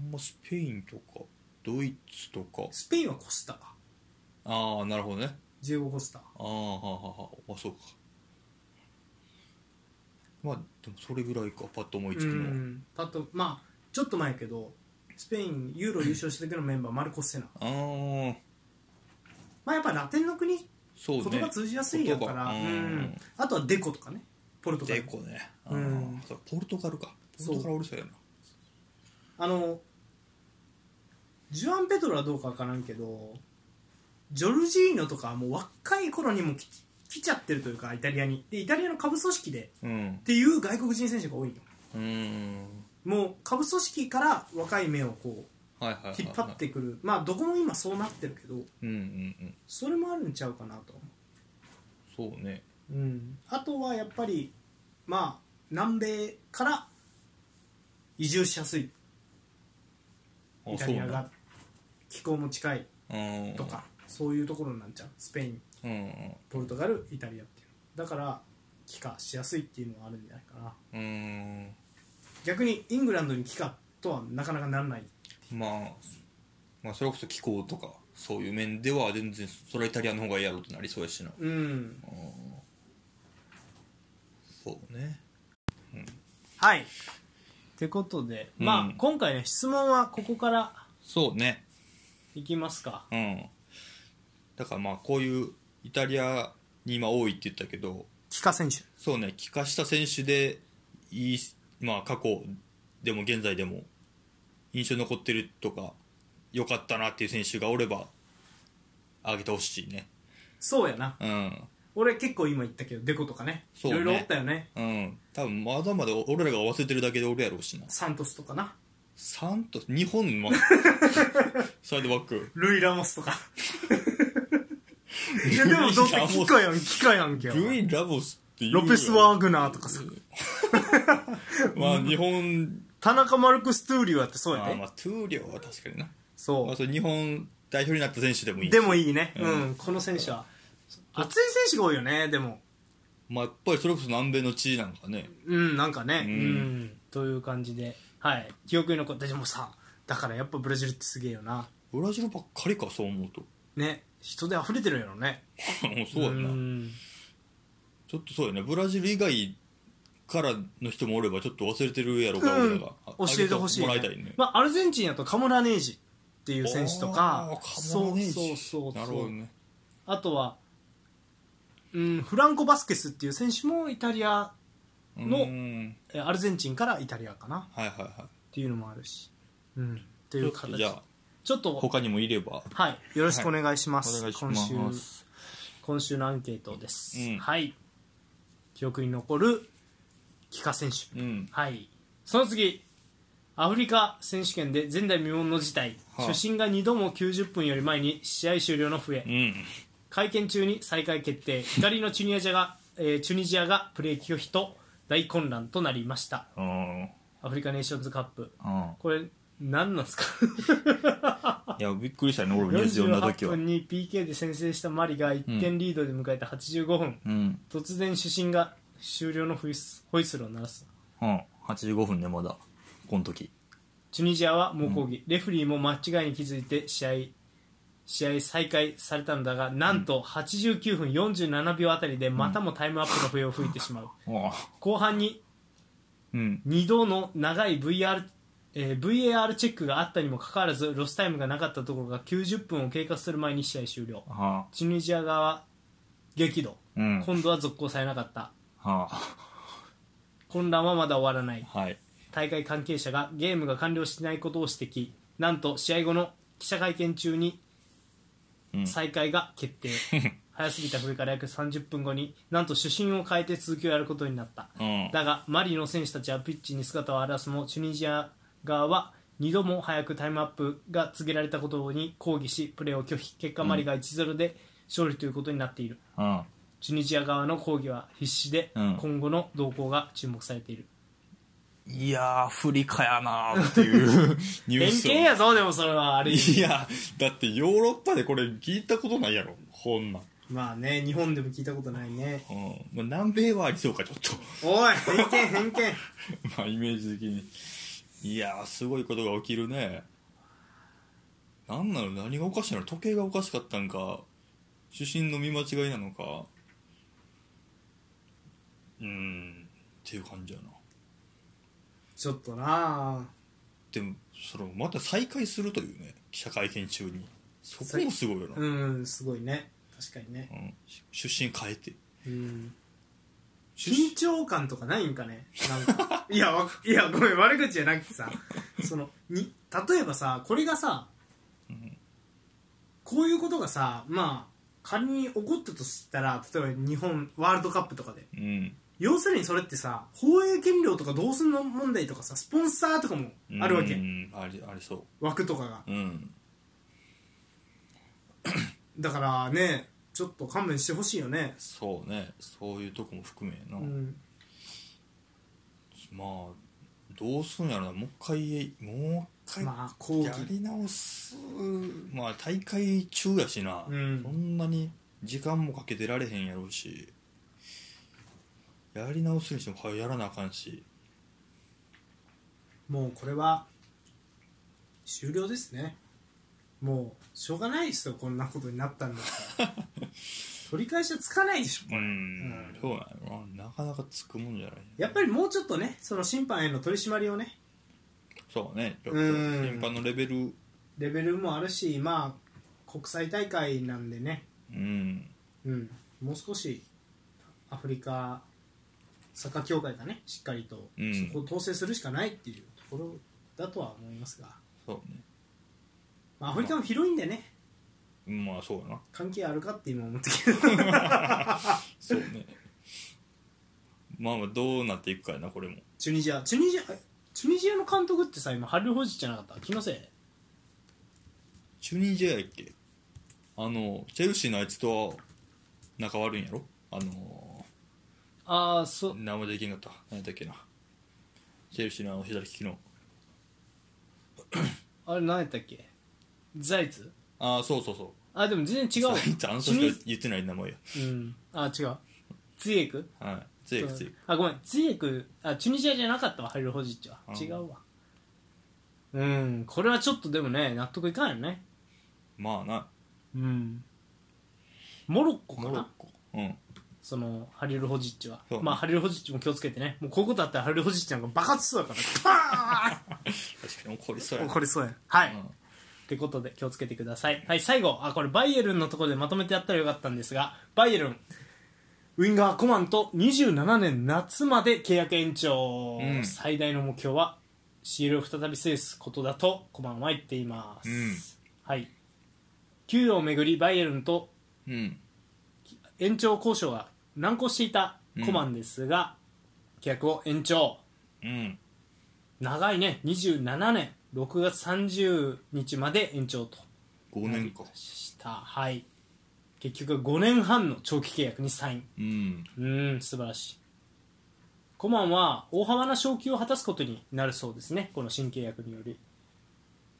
あんまスペインとかドイツとかスペインはコスタかああなるほどねジェゴコスタああはあはあはああそうかまあでもそれぐらいかパッと思いつうくのはんパッとまあちょっと前やけどスペインユーロ優勝した時のメンバーマルコス・セナああまあやっぱラテンの国そう言ね葉通じやすいやから、言う葉うんん、あとはデコとかねポルトガデルコね、うんあーそうポルトガルかポルトガルおるそうやなあのジュアン・ペトロはどうかわからんけどジョルジーノとかはもう若い頃にも来来ちゃってるというかイタリアにでイタリアの下部組織でうんっていう外国人選手が多いのうーんもう下部組織から若い目をこはいはいはい、はうい、引っ張ってくるまあどこも今そうなってるけどうんうんうんそれもあるんちゃうかなとそうねうん、あとはやっぱり、まあ、南米から移住しやすいあイタリアそうが気候も近いねうんとかそういうところになっちゃうスペインうんうんポルトガルイタリアっていうだから帰化しやすいっていうのはあるんじゃないかなうーん逆にイングランドに帰化とはなかなかならないまあまあそれこそ気候とかそういう面では全然それはイタリアの方がいいやろってなりそうやしなうんうんそうねはいってことで、うんまあ今回の質問はここからそうねいきますかうんだからまあこういうイタリアに今多いって言ったけど帰化選手そうね、帰化した選手で、いい、まあ、過去でも現在でも、印象に残ってるとか、良かったなっていう選手がおれば、あげてほしいね。そうやなうん。俺結構今言ったけどデコとかねそいうねろいろおったよねうん。多分まだまだ俺らが忘れてるだけで俺やろうしな。サントスとかな3と、日本の、 <laughs> サイドバック。ルイ・ラモスとか <laughs> いやでもどうせキカやんキカやんけルイ・ラボスっていう。ロペス・ワーグナーとかさまあ、日本、田中マルクス・トゥーリオやってそうやまあ、ねまあ、トゥーリョは確かにな。まそあ、それ日本代表になった選手でもいいうし。でもいいねううんんこの選手は熱い選手が多いよねでもまあ、やっぱりそれこそ南米の地なんかね。うんなんかねううんんという感じではい記憶に残ってでもさだからやっぱブラジルってすげえよなブラジルばっかりかそう思うと <laughs> ね人で溢れてるやろねもうそうやな、んちょっとそうやなブラジル以外からの人もおればちょっと忘れてるやろか、俺らがあ教えてほしい,、あげてもらいたいね、まあ、アルゼンチンやとカモラネージっていう選手とかあーカモラネージそうそうそうなるほどねあとは、うん、フランコ・バスケスっていう選手もイタリアのうーんえアルゼンチンからイタリアかなっはいはいはていうのもあるし、うん、といいちうょっと形じゃあちょっと他にもいればはいよろしくお願いします,、お願いします今週今週のアンケートです、うんはい記憶に残る帰化選手うんはい、その次アフリカ選手権で前代未聞の事態、はあ初審が2度も90分より前に試合終了の笛、うん会見中に再開決定左のチュニジアが、えーチュニジアがプレー拒否と大混乱となりましたうんアフリカネーションズカップうんこれ何なんですかいやびっくりしたね俺もニュース読んだ時48は分に PK で先制したマリが1点リードで迎えた85分、うん突然主審が終了のホイッスホイッスルを鳴らすうん85分ねまだこの時チュニジアは猛抗議、レフェリーも間違いに気づいて試合試合再開されたのだがなんと89分47秒あたりでまたもタイムアップの笛を吹いてしまうおう後半にうん。 2度の長い VR、えー VAR チェックがあったにもかかわらずロスタイムがなかったところが90分を経過する前に試合終了はチュニジア側は激怒、あ。うん。は今度は続行されなかったあ。混乱はまだ終わらないはい。大会関係者がゲームが完了しないことを指摘なんと試合後の記者会見中にうん再開が決 <laughs> 定、早すぎた笛から約30分後になんと主審を変えて続きをやることになった、うん。だがマリの選手たちはピッチに姿を現すもチュニジア側は2度も早くタイムアップが告げられたことに抗議しプレーを拒否結果マリが1-0で勝利ということになっている、うん。チュニジア側の抗議は必至で、うん今後の動向が注目されているいやー、アフリカやなーっていう <laughs> ニュー偏スを。見やぞでもそれはある意味 <laughs> いや、だってヨーロッパでこれ聞いたことないやろ。こんなん。まあね日本でも聞いたことないねうん。まあ、南米はありそうか、ちょっと。 <laughs> おい偏見偏見まあ、イメージ的に。いやー、すごいことが起きるね。なんなの何がおかしいの時計がおかしかったんか、主審の見間違いなのか。うーん、っていう感じやな。ちょっとなあでも、その、また再開するというね、記者会見中に。そこもすごいよな。うんすごいね確かにねうん、出身変えて。うん出身緊張感とかないんかねなんかいやわいやごめん悪口じゃなくてさそのに例えばさこれがさ、こういうことがさまあ仮に起こったとしたら例えば日本ワールドカップとかでうん。要するにそれってさ放映権料とかどうすんの問題とかさスポンサーとかもあるわけ、うん、あり、ありそ枠とかがう。うん。だからねちょっと勘弁してほしいよねそうね。そういうとこも含めやな。うんまあ、どうすんやろな。もう一回、もう一回、まあ抗議やり直す。まあ、大会中やしな。うんそんなに時間もかけてられへんやろうし。やり直すにしても、はやらなあかんし。もうこれは終了ですねもうしょうがないですよこんなことになったんだから <laughs> 取り返しはつかないでしょううん。んそうなんやろな。なかなかつくもんじゃない。やっぱりもうちょっとねその審判への取り締まりをねそうね。ちょっと、うん審判のレベル、レベルもあるしまあ国際大会なんでねうん。うんもう少しアフリカサッカー協会がねしっかりとうんそこを統制するしかないっていうところだとは思いますが、そうね。まあ、アフリカも広いんでねまあ、そうやな。関係あるかって今思ったけど <laughs> そうね。まあまあ、どうなっていくかやな、これも。チュニジアチュニジアえチュニジアの監督ってさ今ハル・ホジじゃなかった気のせいチュニジアやっけあの、チェルシーのあいつと仲悪いんやろあのああそー、名前できんかった。何だっけな。チェルシーのあの左利きの。あれ何やったっけザイツああ、そうそうそう。あでも全然違うあわいつ、あの人チュしニか言ってない名前や。うんあ違うツイエクはい。強い強い。あごめんツイエクあチュニジアじゃなかったわハル・ホジッチはうん違うわうんこれはちょっとでもね納得いかんよねまあな、うんモロッコかモロッなコ。うん。そのハリル・ホジッチは、そうまあハリル・ホジッチも気をつけてねもうこういうことあったらハリル・ホジッチなんか爆発しそうだからパ確かに怒りそうーやンな。怒りそうやはい、うんってことで気をつけてください。はい、最後、あ、これバイエルンのところでまとめてやったらよかったんですが、バイエルン、ウィンガーコマンと27年夏まで契約延長、うん最大の目標は、シールを再び制すことだとコマンは言っています。うんはい。給与をめぐり、バイエルンとうん。延長交渉が難航していたコマンですが、契約を延長。うん。長いね、27年6月30日まで延長と。 5年か。したはい結局5年半の長期契約にサインうん。うーん素晴らしいコマンは大幅な昇給を果たすことになるそうですねこの新契約により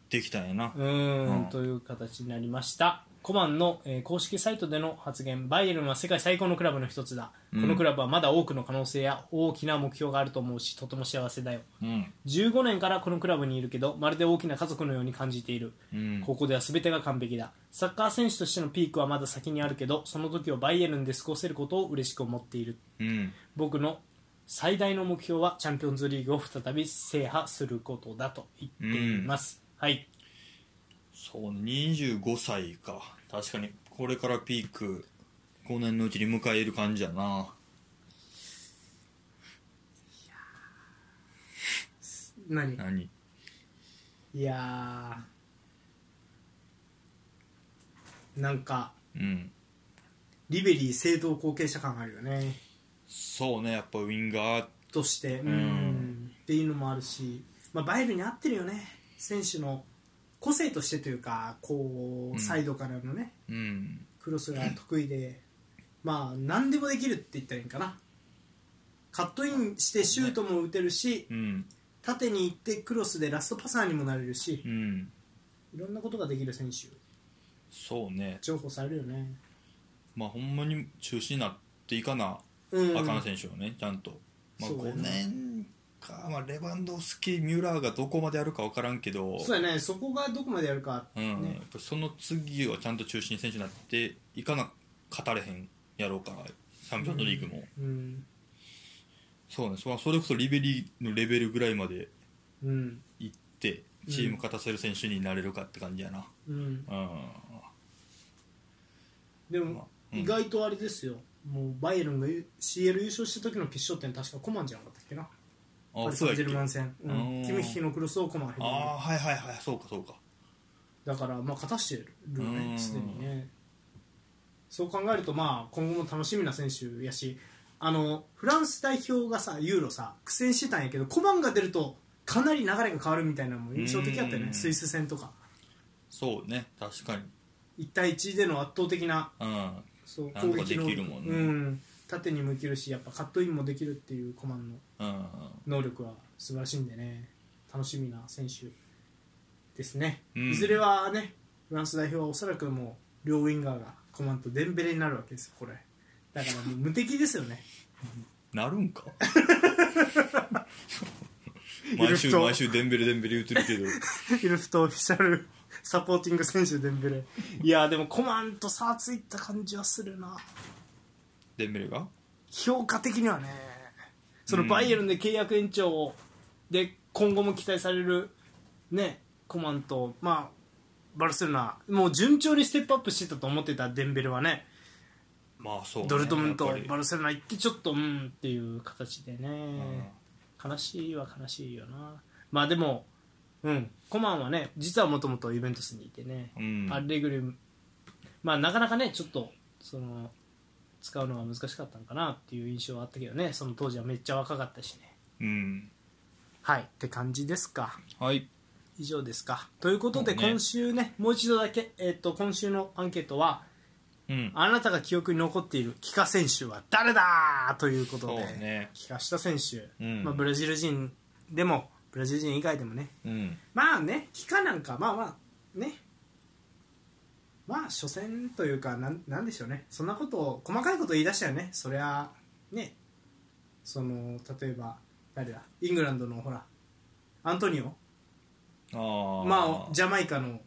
できたんやなう。ーんうんという形になりましたコマンの、えー公式サイトでの発言バイエルンは世界最高のクラブの一つだ、このクラブはまだ多くの可能性や大きな目標があると思うしとても幸せだようん15年からこのクラブにいるけどまるで大きな家族のように感じている、うんここでは全てが完璧だサッカー選手としてのピークはまだ先にあるけどその時をバイエルンで過ごせることを嬉しく思っているうん僕の最大の目標はチャンピオンズリーグを再び制覇することだと言っています、はいそうね25歳か確かにこれからピーク5年のうちに迎える感じやな何何いやーなんかうんリベリー正当後継者感あるよねそうねやっぱウィンガーとしてうんんっていうのもあるし、まあ、バイエルンに合ってるよね選手の個性としてというかこううんサイドからのね、うんクロスが得意でまあ何でもできるって言ったらいいんかなカットインしてシュートも打てるしうん縦に行ってクロスでラストパサーにもなれるしうんいろんなことができる選手そうね重宝されるよねまあほんまに中心になっていかなうんあかん選手をねちゃんと、まあ、そうや5な年か、まあ、レバンドフスキーミュラーがどこまでやるか分からんけどそうやねそこがどこまでやるか、うんやねっぱその次はちゃんと中心選手になっていかな語れへんやろうからチャンピオンズリーグも、うんそうねそそれこそリベリーのレベルぐらいまでうん行ってチーム勝たせる選手になれるかって感じやなうんうん、でまあも、うん意外とあれですよもうバイエルンが CL 優勝した時の決勝点確かコマンじゃなかったっけなパあリ・サそうやンっジけェルマン戦、ううんん、キムヒヒのクロスをコマンヘディングああーはいはいはいそうかそうかだからまあ勝たしてるようねんすでにねそう考えるとまあ今後も楽しみな選手やしあのフランス代表がさユーロさ苦戦してたんやけどコマンが出るとかなり流れが変わるみたいなのも印象的だったようねんスイス戦とかそうね確かに1対1での圧倒的なうんそうなんとかできるもんねうん、縦にもいけるしやっぱカットインもできるっていうコマンのうん能力は素晴らしいんでね楽しみな選手ですね、うんいずれはねフランス代表はおそらくもう両ウィンガーがコマンとデンベレになるわけですよこれだからもう無敵ですよねなるん <laughs> か毎い週ると毎週デンベレデンベレ言ってるけどイル <laughs> フトオフィシャル <laughs> サポーティング選手デンベレいやでもコマンと差ついた感じはするなデンベレが評価的にはねそのうんバイエルンで契約延長をで今後も期待されるねコマンとまあバルセロナもう順調にステップアップしてたと思ってたデンベルはねまあそう、ね、ドルトムンやトっぱりバルセロナ行ってちょっとうんっていう形でうんね悲しいは悲しいよなまあでもうんコマンはね実はもともとユベントスにいてねうんアレグリまあなかなかねちょっとその使うのは難しかったのかなっていう印象はあったけどねその当時はめっちゃ若かったしねうんはいって感じですかはい以上ですかということでもうね今週ねもう一度だけ、えっと今週のアンケートはうんあなたが記憶に残っている帰化選手は誰だということで、そうね帰化した選手、うんまあ、ブラジル人でもブラジル人以外でもねうんまあね、帰化なんか、まあまあ、ね、まあ、所詮というか、なんなんでしょうね、そんなことを、細かいこと言い出したよね、そりゃ、ね、その、例えば、誰だ、イングランドのほら、アントニオ、ああまあ、ジャマイカの、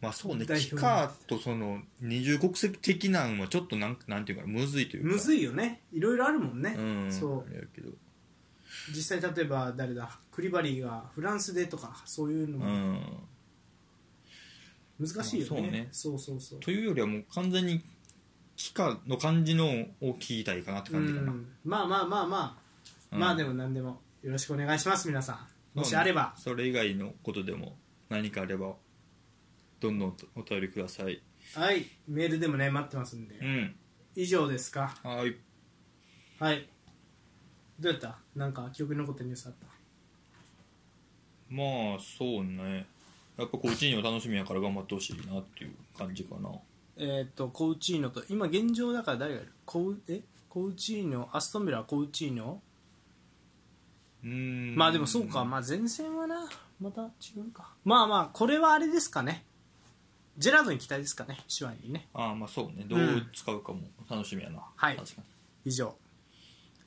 まあそうね代キ表カーとその二重国籍的なんはちょっとなんなんていうかむずいというかむずいいよね、いろいろあるもんね、うんそあれやけどう、実際、例えば、誰だ、クリバリーがフランスでとか、そういうのうもん難しいよね、まあそうねそうそうそうというよりはもう完全にキカの感じのを聞きたいかなってう感じかな、ん、まあまあまあまあ、うんまあでも何でもよろしくお願いします皆さんもしあればそうねそれ以外のことでも何かあればどんどんお便りくださいはいメールでもね待ってますんで、うん以上ですかはいはいどうやったなんか記憶に残ったニュースあったまあそうねやっぱこう一年は楽しみやから頑張ってほしいなっていう感じかなえっ、とコウチーノと今現状だから誰がいるコウえコウチーノアストンビラコウチーノうーんまあでもそうかまあ前線はなまた違うかまあまあこれはあれですかねジェラードに期待ですかね手腕にねああまあそうねどう使うかも楽しみやな、はい確かに以上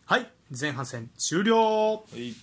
はい前半戦終了はい